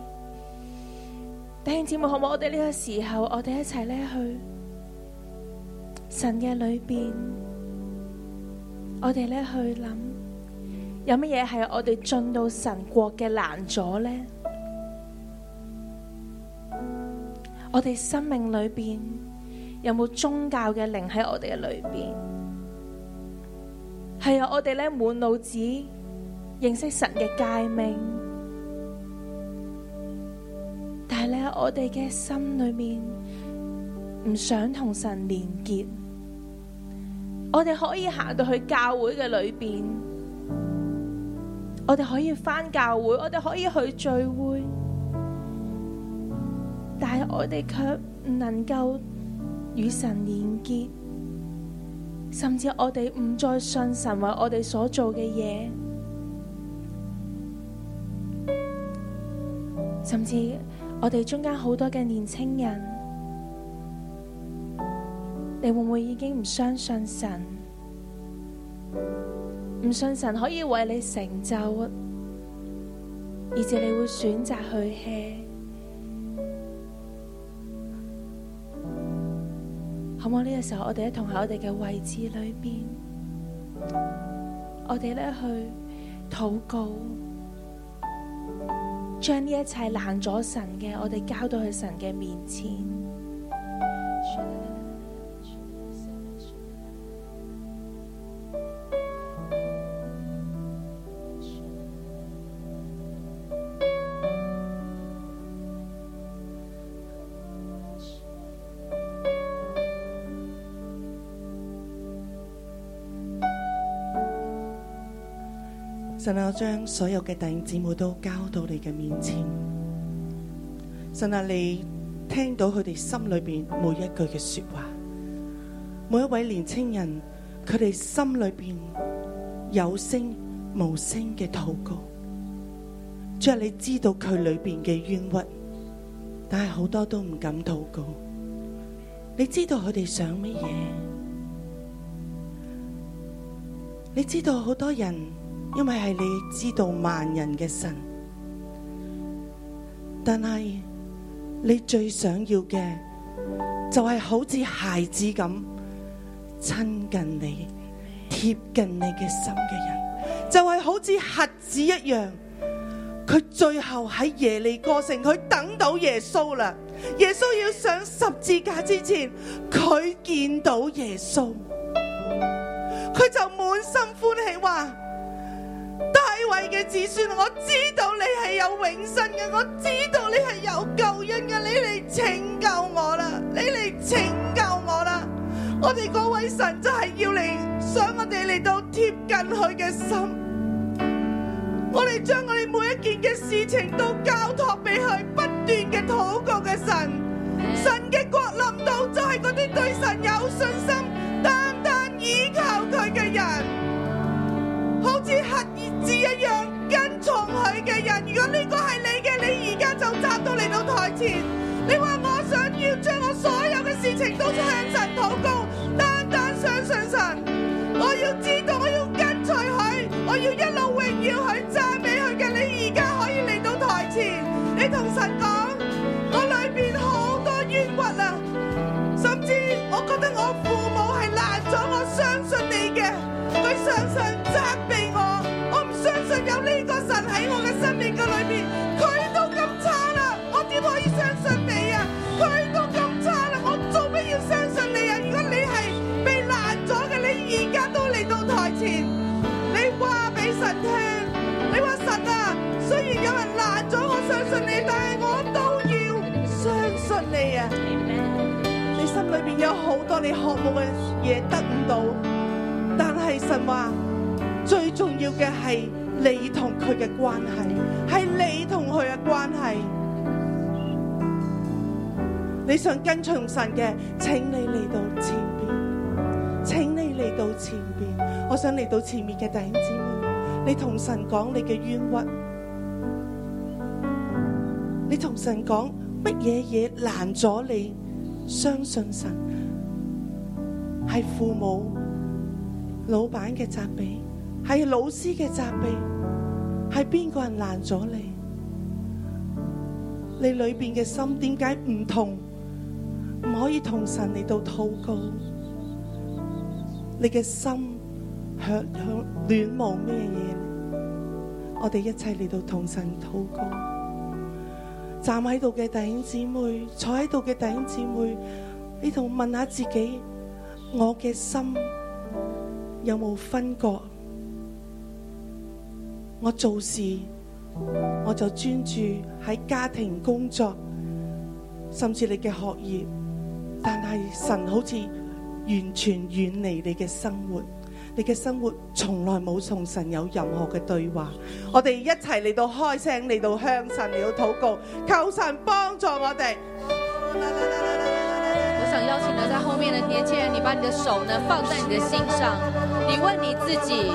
S4: 弟兄姊妹，好唔好？我哋呢个时候，我哋一齐咧去神嘅里边，我哋咧去谂。有乜嘢系我哋进到神国嘅难阻呢？我哋生命里边有冇宗教嘅灵喺我哋嘅里边？系啊，我哋咧满脑子认识神嘅诫命，但系咧我哋嘅心里面唔想同神连结。我哋可以行到去教会嘅里边。我哋可以翻教會，我哋可以去聚會，但係我哋卻唔能夠與神連結，甚至我哋唔再信神為我哋所做嘅嘢，甚至我哋中間好多嘅年青人，你會唔會已經唔相信神？唔信神可以為你成就，以至你會選擇去 hea。好唔好？呢、個時候，我哋一同喺我哋嘅位置裏邊，我哋咧去禱告，將呢一切攔咗神嘅，我哋交到去神嘅面前。
S5: 神啊，我将所有嘅弟兄姊妹都交到你嘅面前。神啊，你听到佢哋心里边每一句嘅说话，每一位年青人，佢哋心里边有声无声嘅祷告。主啊，你知道佢里边嘅冤屈，但系好多都唔敢祷告。你知道佢哋想乜嘢？你知道好多人。因为系你知道万人嘅神，但系你最想要嘅就系好似孩子咁亲近你、贴近你嘅心嘅人，就系、好似核子一样。佢最后喺耶利哥城，佢等到耶稣啦。耶稣要上十字架之前，佢见到耶稣，佢就满心欢喜话。大卫嘅子孙，我知道你系有永生嘅，我知道你系有救恩嘅，你嚟拯救我啦，你嚟拯救我啦！我哋嗰位神就系要嚟，想我哋嚟到贴近佢嘅心，我哋将我哋每一件嘅事情都交托俾佢，不断嘅祷告嘅神，神嘅国临到就系嗰啲对神有信心、单单依靠佢嘅人。好似乞兒子一樣跟從佢嘅人。如果呢個係你嘅，你而家就站到嚟到台前，你話我想要將我所有嘅事情都向神禱告，單單想實講，我裏面好多冤屈啊，甚至我覺得我父母係難咗我相信你嘅，佢常常責備我，我唔相信有呢個神喺我嘅生命嘅裏面，佢都咁差啦，我點可以相信你啊？佢都咁差啦，我做乜要相信你啊？如果你係被難咗嘅，你而家都嚟到台前，你話俾神聽。你話神啊，雖然有人難咗我相信你，但係我都要相信你啊！你心裏邊有好多你渴望嘅嘢得唔到，但係神話最重要嘅係你同佢嘅關係，係你同佢嘅關係。你想跟從神嘅，請你嚟到前邊，請你嚟到前邊。我想嚟到前面嘅弟兄姊妹。你同神講你嘅冤屈，你同神講乜嘢嘢難咗你，相信神係父母、老闆嘅責備，係老師嘅責備，係邊個人難咗你？你裏邊嘅心點解唔同？唔可以同神嚟到禱告，你嘅心。向向戀慕咩嘢？我哋一齊嚟到同神禱告。站喺度嘅弟兄姊妹，坐喺度嘅弟兄姊妹，你同問下自己，我嘅心有冇分割？我做事我就專注喺家庭工作，甚至你嘅學業，但係神好似完全遠離你嘅生活。你嘅生活從來冇同神有任何嘅對話，我哋一齊嚟到開聲，嚟到向神嚟到禱告，求神幫助我哋。
S6: 我想邀请呢，在后面的年轻人，你把你的手呢放在你的心上，你问你自己，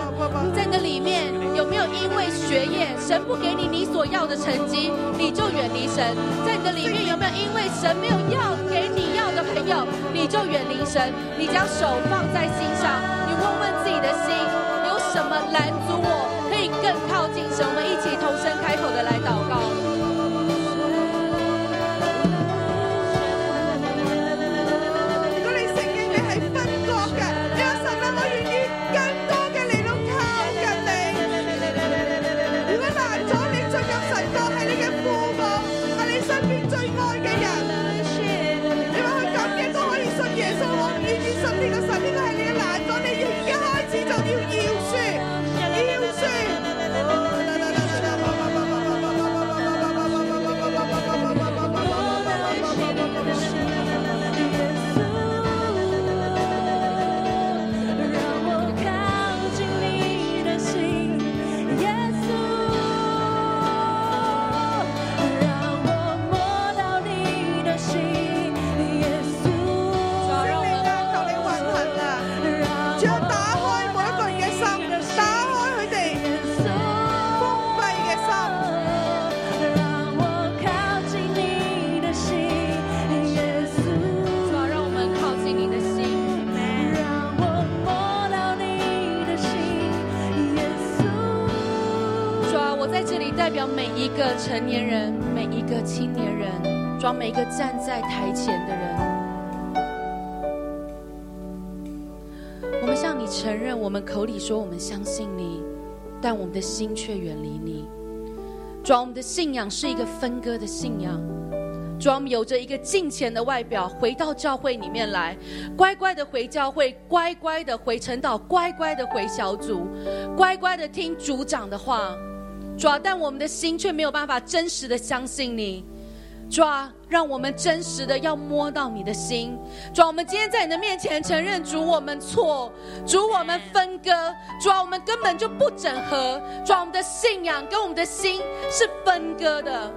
S6: 在你的里面有没有因为学业，神不给你你所要的成绩，你就远离神？在你的里面有没有因为神没有要给你要的朋友，你就远离神？你将手放在心上，你问问自己的心，有什么拦阻我可以更靠近神？我们一起同声开口的来祷告。
S5: 如果你承認你係分割嘅，你話神啊，我願意更多嘅嚟到靠近你。如果難咗你進入神國，係你嘅父母，係你身邊最愛嘅人。你話佢咁嘅都可以信耶穌，我唔願意信呢個神，呢個係你嘅難咗，你要而家開始就要饒恕，饒恕。
S4: 让我靠近你的心，耶稣，让我摸到你的心，耶稣。
S5: 主啊，打開每一個人嘅心，打開佢哋
S4: 啊
S5: 封閉嘅心。
S4: 让我靠近你的心，耶稣。
S6: 主啊，让我们靠近你的心，
S4: 让我摸到你的心，耶稣。
S6: 主啊，我在这里代表每一个成年人，每一个青年人，主啊，每一个站在台前的人，我们向你承认，我们口里说我们相信你，但我们的心却远离你。主啊，我们的信仰是一个分割的信仰。主啊，我们有着一个敬虔的外表，回到教会里面来，乖乖的回教会，乖乖的回晨祷，乖乖的回小组，乖乖的听组长的话。主啊，但我们的心却没有办法真实的相信你。主啊，让我们真实的要摸到你的心。主啊，我们今天在你的面前承认，主我们错，主我们分割，主啊，我们根本就不整合，主啊，我们的信仰跟我们的心是分割的。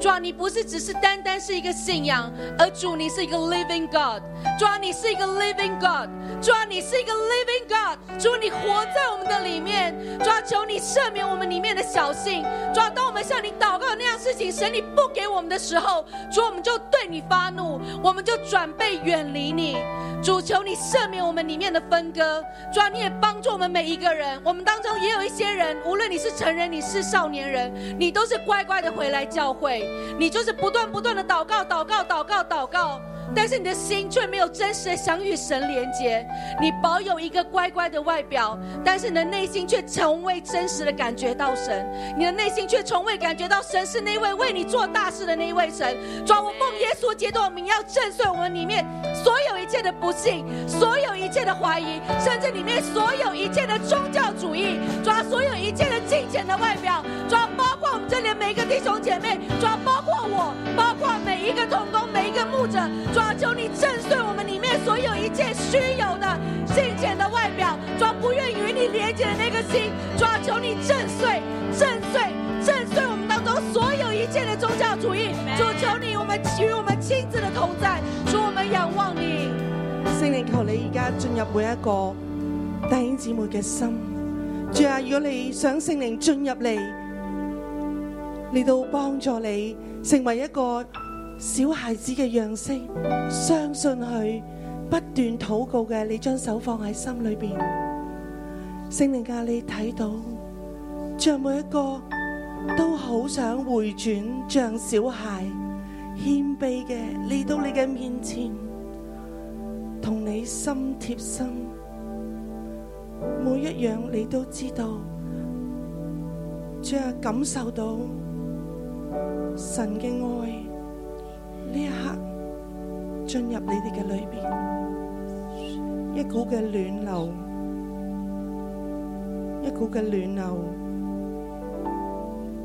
S6: 主啊，你不是只是单单是一个信仰，而主你是一个 living God。主啊，你是一个 living God。主啊，你是一个 living God。主，啊你活在我们的里面。主啊，求你赦免我们里面的小信。主啊，当我们向你祷告那样事情，神你不给我们的时候，主我们就对你发怒，我们就转背远离你。主，求你赦免我们里面的分割。主啊，你也帮助我们每一个人。我们当中也有一些人，无论你是成人，你是少年人，你都是乖乖的回来教会，你就是不断不断的祷告、祷告、祷告、祷告，但是你的心却没有真实的想与神连接。你保有一个乖乖的外表，但是你的内心却从未真实的感觉到神，你的内心却从未感觉到神是那位为你做大事的那一位神。主啊，我奉耶稣基督的名，要震碎我们里面所有一切的不幸，所有一切的怀疑，甚至里面所有一切的宗教主义，主啊，所有一切的敬虔的外表，主啊，包括我们这里的每一个弟兄姐妹，主啊，包括我，包括每一个童工，每一个牧者，主啊，求你震碎我们里面所有一切虚有的敬虔的外表，主啊，不愿与你连接的那个心，主啊，求你震碎，震碎，震碎我们当中所有一切的宗教主义，主求你，我们与我们亲自的同在，主我们仰望你。
S5: 圣灵求你而家进入每一个弟兄姊妹嘅心。主啊，如果你想圣灵进入嚟，嚟到帮助你成为一个小孩子嘅样式，相信佢，不断祷告嘅，你将手放喺心里边。圣灵啊，你睇到，像每一个都好想回转，像小孩谦卑嘅嚟到你嘅面前。同你心贴心，每一样你都知道，主啊感受到神嘅爱呢一刻进入你哋嘅里边，一股嘅暖流，一股嘅暖流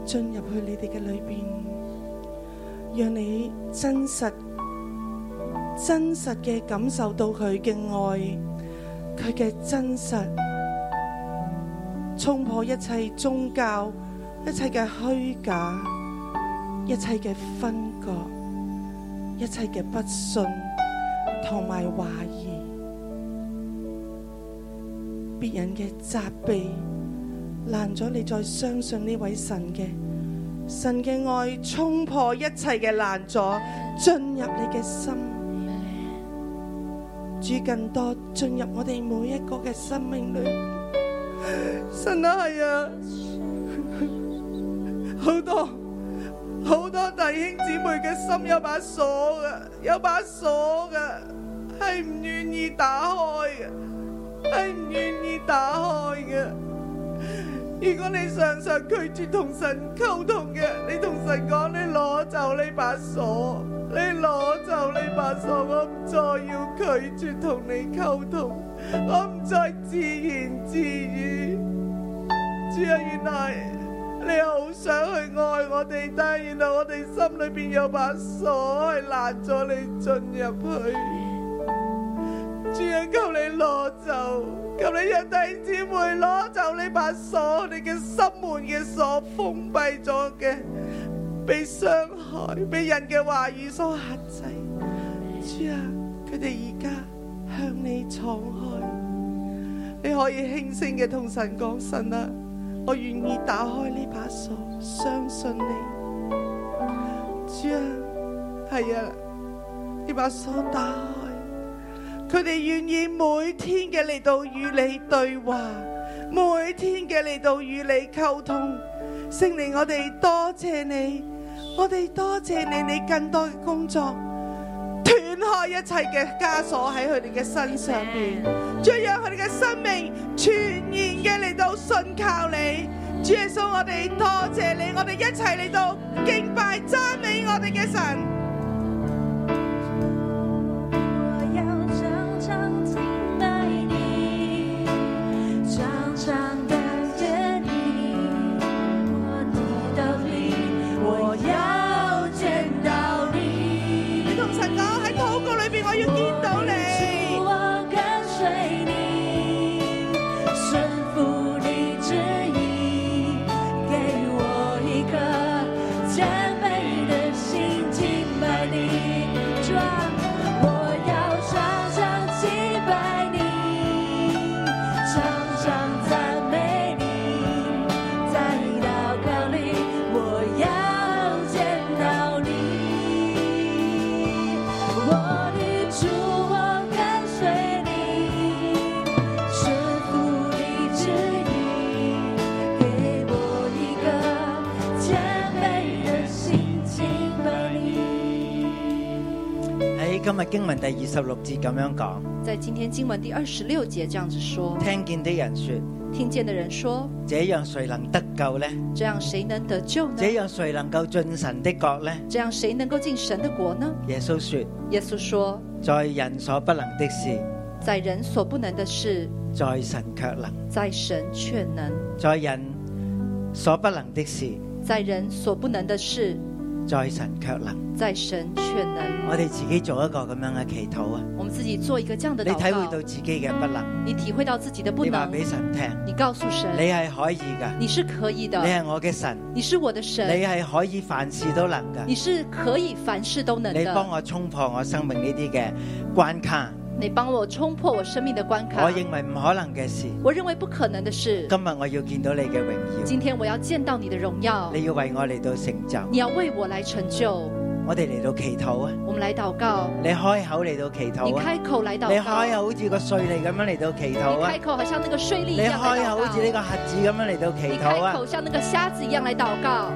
S5: 进入去你哋嘅里边，让你真实真实嘅感受到佢嘅愛，佢嘅真實，衝破一切宗教、一切嘅虛假、一切嘅分割、一切嘅不信同埋懷疑，別人嘅責備，攔咗你再相信呢位神嘅。神嘅愛衝破一切嘅攔阻，進入你嘅心。主更多进入我哋每一个嘅生命里面。神啊，系啊， (laughs) 好多好多弟兄姊妹嘅心有把锁嘅，有把锁嘅，系唔愿意打开嘅，系唔愿意打开嘅。如果你常常拒绝同神沟通嘅，你同神讲你攞走呢把锁，你攞走呢把锁，我唔再要拒绝同你沟通，我唔再自言自语。主啊，原来你好想去爱我哋，但系原来我哋心里边有把锁系拦咗你进入去。主啊，求你攞走，求你让弟兄姊妹攞走呢把锁，你嘅心门嘅锁封闭咗嘅，被伤害，被人嘅话语所限制。主啊，佢哋而家向你敞开，你可以轻声嘅同神讲：神啊，我愿意打开呢把锁，相信你。主啊，系啊，呢把锁打开。佢哋愿意每天嘅嚟到与你对话，每天嘅嚟到与你沟通。圣灵，我哋多谢你，我哋多谢你，你更多嘅工作，断开一切嘅枷锁喺佢哋嘅身上边，再让佢哋嘅生命全然嘅嚟到信靠你。主耶稣，我哋多谢你，我哋一齐嚟到敬拜赞美我哋嘅神。
S4: 我要常常敬拜你，常常感谢你。我的道理，我要见到你。
S5: 你同神讲喺祷告里边，我要见到你。
S4: 我跟随你，顺服你旨意，给我一颗谦卑的
S2: 經文第二十六節咁樣講，
S3: 在今天经文第二十六节这样子说：
S2: 聽見的人說：
S3: 听见的人说，
S2: 這樣誰能得救呢？
S3: 这样谁能得救呢
S2: 這？樣誰能夠進神的國呢？
S3: 这样谁能够进神的国呢？
S2: 耶穌說：
S3: 耶稣说，
S2: 在人所不能的事，
S3: 在人所不能的事，
S2: 在神卻能；
S3: 在神却能；
S2: 在人所不能的事，
S3: 在人所不能的事，
S2: 在神卻能。
S3: 在神却能。
S2: 我哋自己做一個咁樣嘅祈禱啊！
S3: 我们自己做一个这样的
S2: 你
S3: 祷
S2: 體會
S3: 告
S2: 到，自己嘅不能，
S3: 你体会到自己的不
S2: 你話
S3: 能，
S2: 俾神聽，
S3: 你告诉神，
S2: 你係可以噶，
S3: 你是可以
S2: 你
S3: 的，
S2: 係我嘅神，
S3: 你是我的
S2: 你
S3: 神，
S2: 係可以凡事都能噶
S3: 你。是可以凡事都能
S2: 你幫
S3: 的。
S2: 我衝破我生命呢啲嘅關卡，
S3: 你帮我冲破我生命的关卡
S2: 我，認為唔可能嘅事，
S3: 我认为不可能的事，
S2: 今日我要見到你嘅榮耀，
S3: 今天我要见到你的荣耀，
S2: 你要為我嚟到成就。
S3: 你要为我来成就。
S2: 我哋嚟到祈禱啊！
S3: 我们来祷告，
S2: 你開口嚟到祈
S3: 你
S2: 禱啊！
S3: 开口来
S2: 你
S3: 祷告，
S2: 開口好似個碎利咁樣嚟到祈禱
S3: 你
S2: 啊
S3: 开！口好像那个税吏一
S2: 你
S3: 样来
S2: 開
S3: 祷
S2: 口
S3: 告，
S2: 好似呢個核子咁樣嚟到祈
S3: 你
S2: 禱
S3: 开
S2: 啊
S3: 口！像那个瞎子一样来祷告。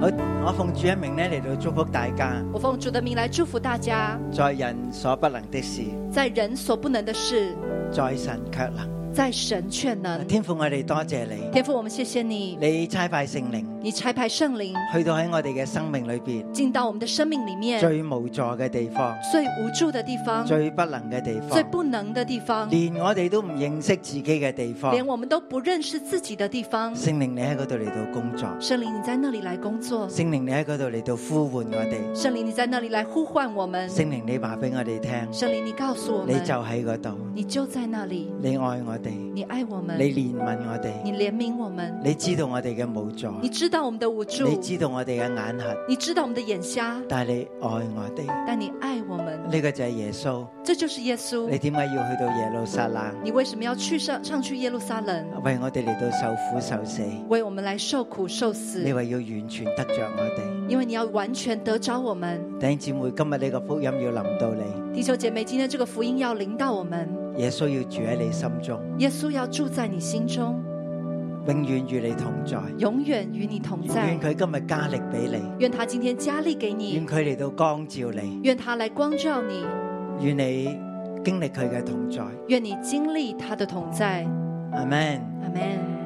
S2: 好，我奉主一名咧嚟到祝福大家，
S3: 我奉主的名来祝福大家，
S2: 在人所不能的事，
S3: 在人所不能的事，
S2: 在神卻能。
S3: 在神却能。
S2: 天父，我哋多謝你，
S3: 天父，我们谢谢你，
S2: 你差派聖靈
S3: 你差派圣灵
S2: 去到喺我哋嘅生命裏边
S3: 进到我们的生命里面，
S2: 最無助嘅地方。
S3: 最无助的地方，
S2: 最不能嘅地方，
S3: 最不能的地方，
S2: 連我哋都唔認識自己嘅地方，
S3: 连我们都不认识自己的地方。
S2: 聖靈你喺嗰度嚟到工作，
S3: 圣灵，你在那里来工作，
S2: 聖靈你喺嗰度嚟到呼喚我哋，
S3: 圣灵，你在那里来呼唤我们，
S2: 聖靈你話俾我哋聽，
S3: 圣灵，你告诉我
S2: 你
S3: 们
S2: 就，喺嗰度，
S3: 你就在那里，
S2: 你愛我哋，
S3: 你爱我们，
S2: 你憐憫我哋，
S3: 你怜悯我们，
S2: 你知道我哋嘅無助，
S3: 你知道我们的无助，
S2: 你知道我哋嘅眼瞎，
S3: 你知道我们的眼瞎，
S2: 但係你愛我哋，
S3: 但你爱我们，
S2: 呢個就係耶穌。
S3: 这就是耶稣
S2: 你。點解要去到耶路撒冷，
S3: 你为什么要去上上去耶路撒冷，
S2: 為我哋嚟到受苦受死？
S3: 为我们来受苦受死
S2: 你？話要完全得着我哋，
S3: 因为你要完全得着我们。
S2: 弟兄姊妹，今日呢個福音要臨到你，
S3: 弟兄姐妹，今天这个福音要临到我们，
S2: 耶穌要住喺你心中。
S3: 耶稣要住在你心中，
S2: 永遠與你同在。
S3: 永远与你同在
S2: 願。佢今日加力俾你，
S3: 愿他今天加力给
S2: 願
S3: 你，
S2: 佢嚟到光照你，
S3: 愿他来光照你，
S2: 願你經歷佢嘅同在。
S3: 愿你经历他的同在。
S2: 阿 Man，
S3: 阿门。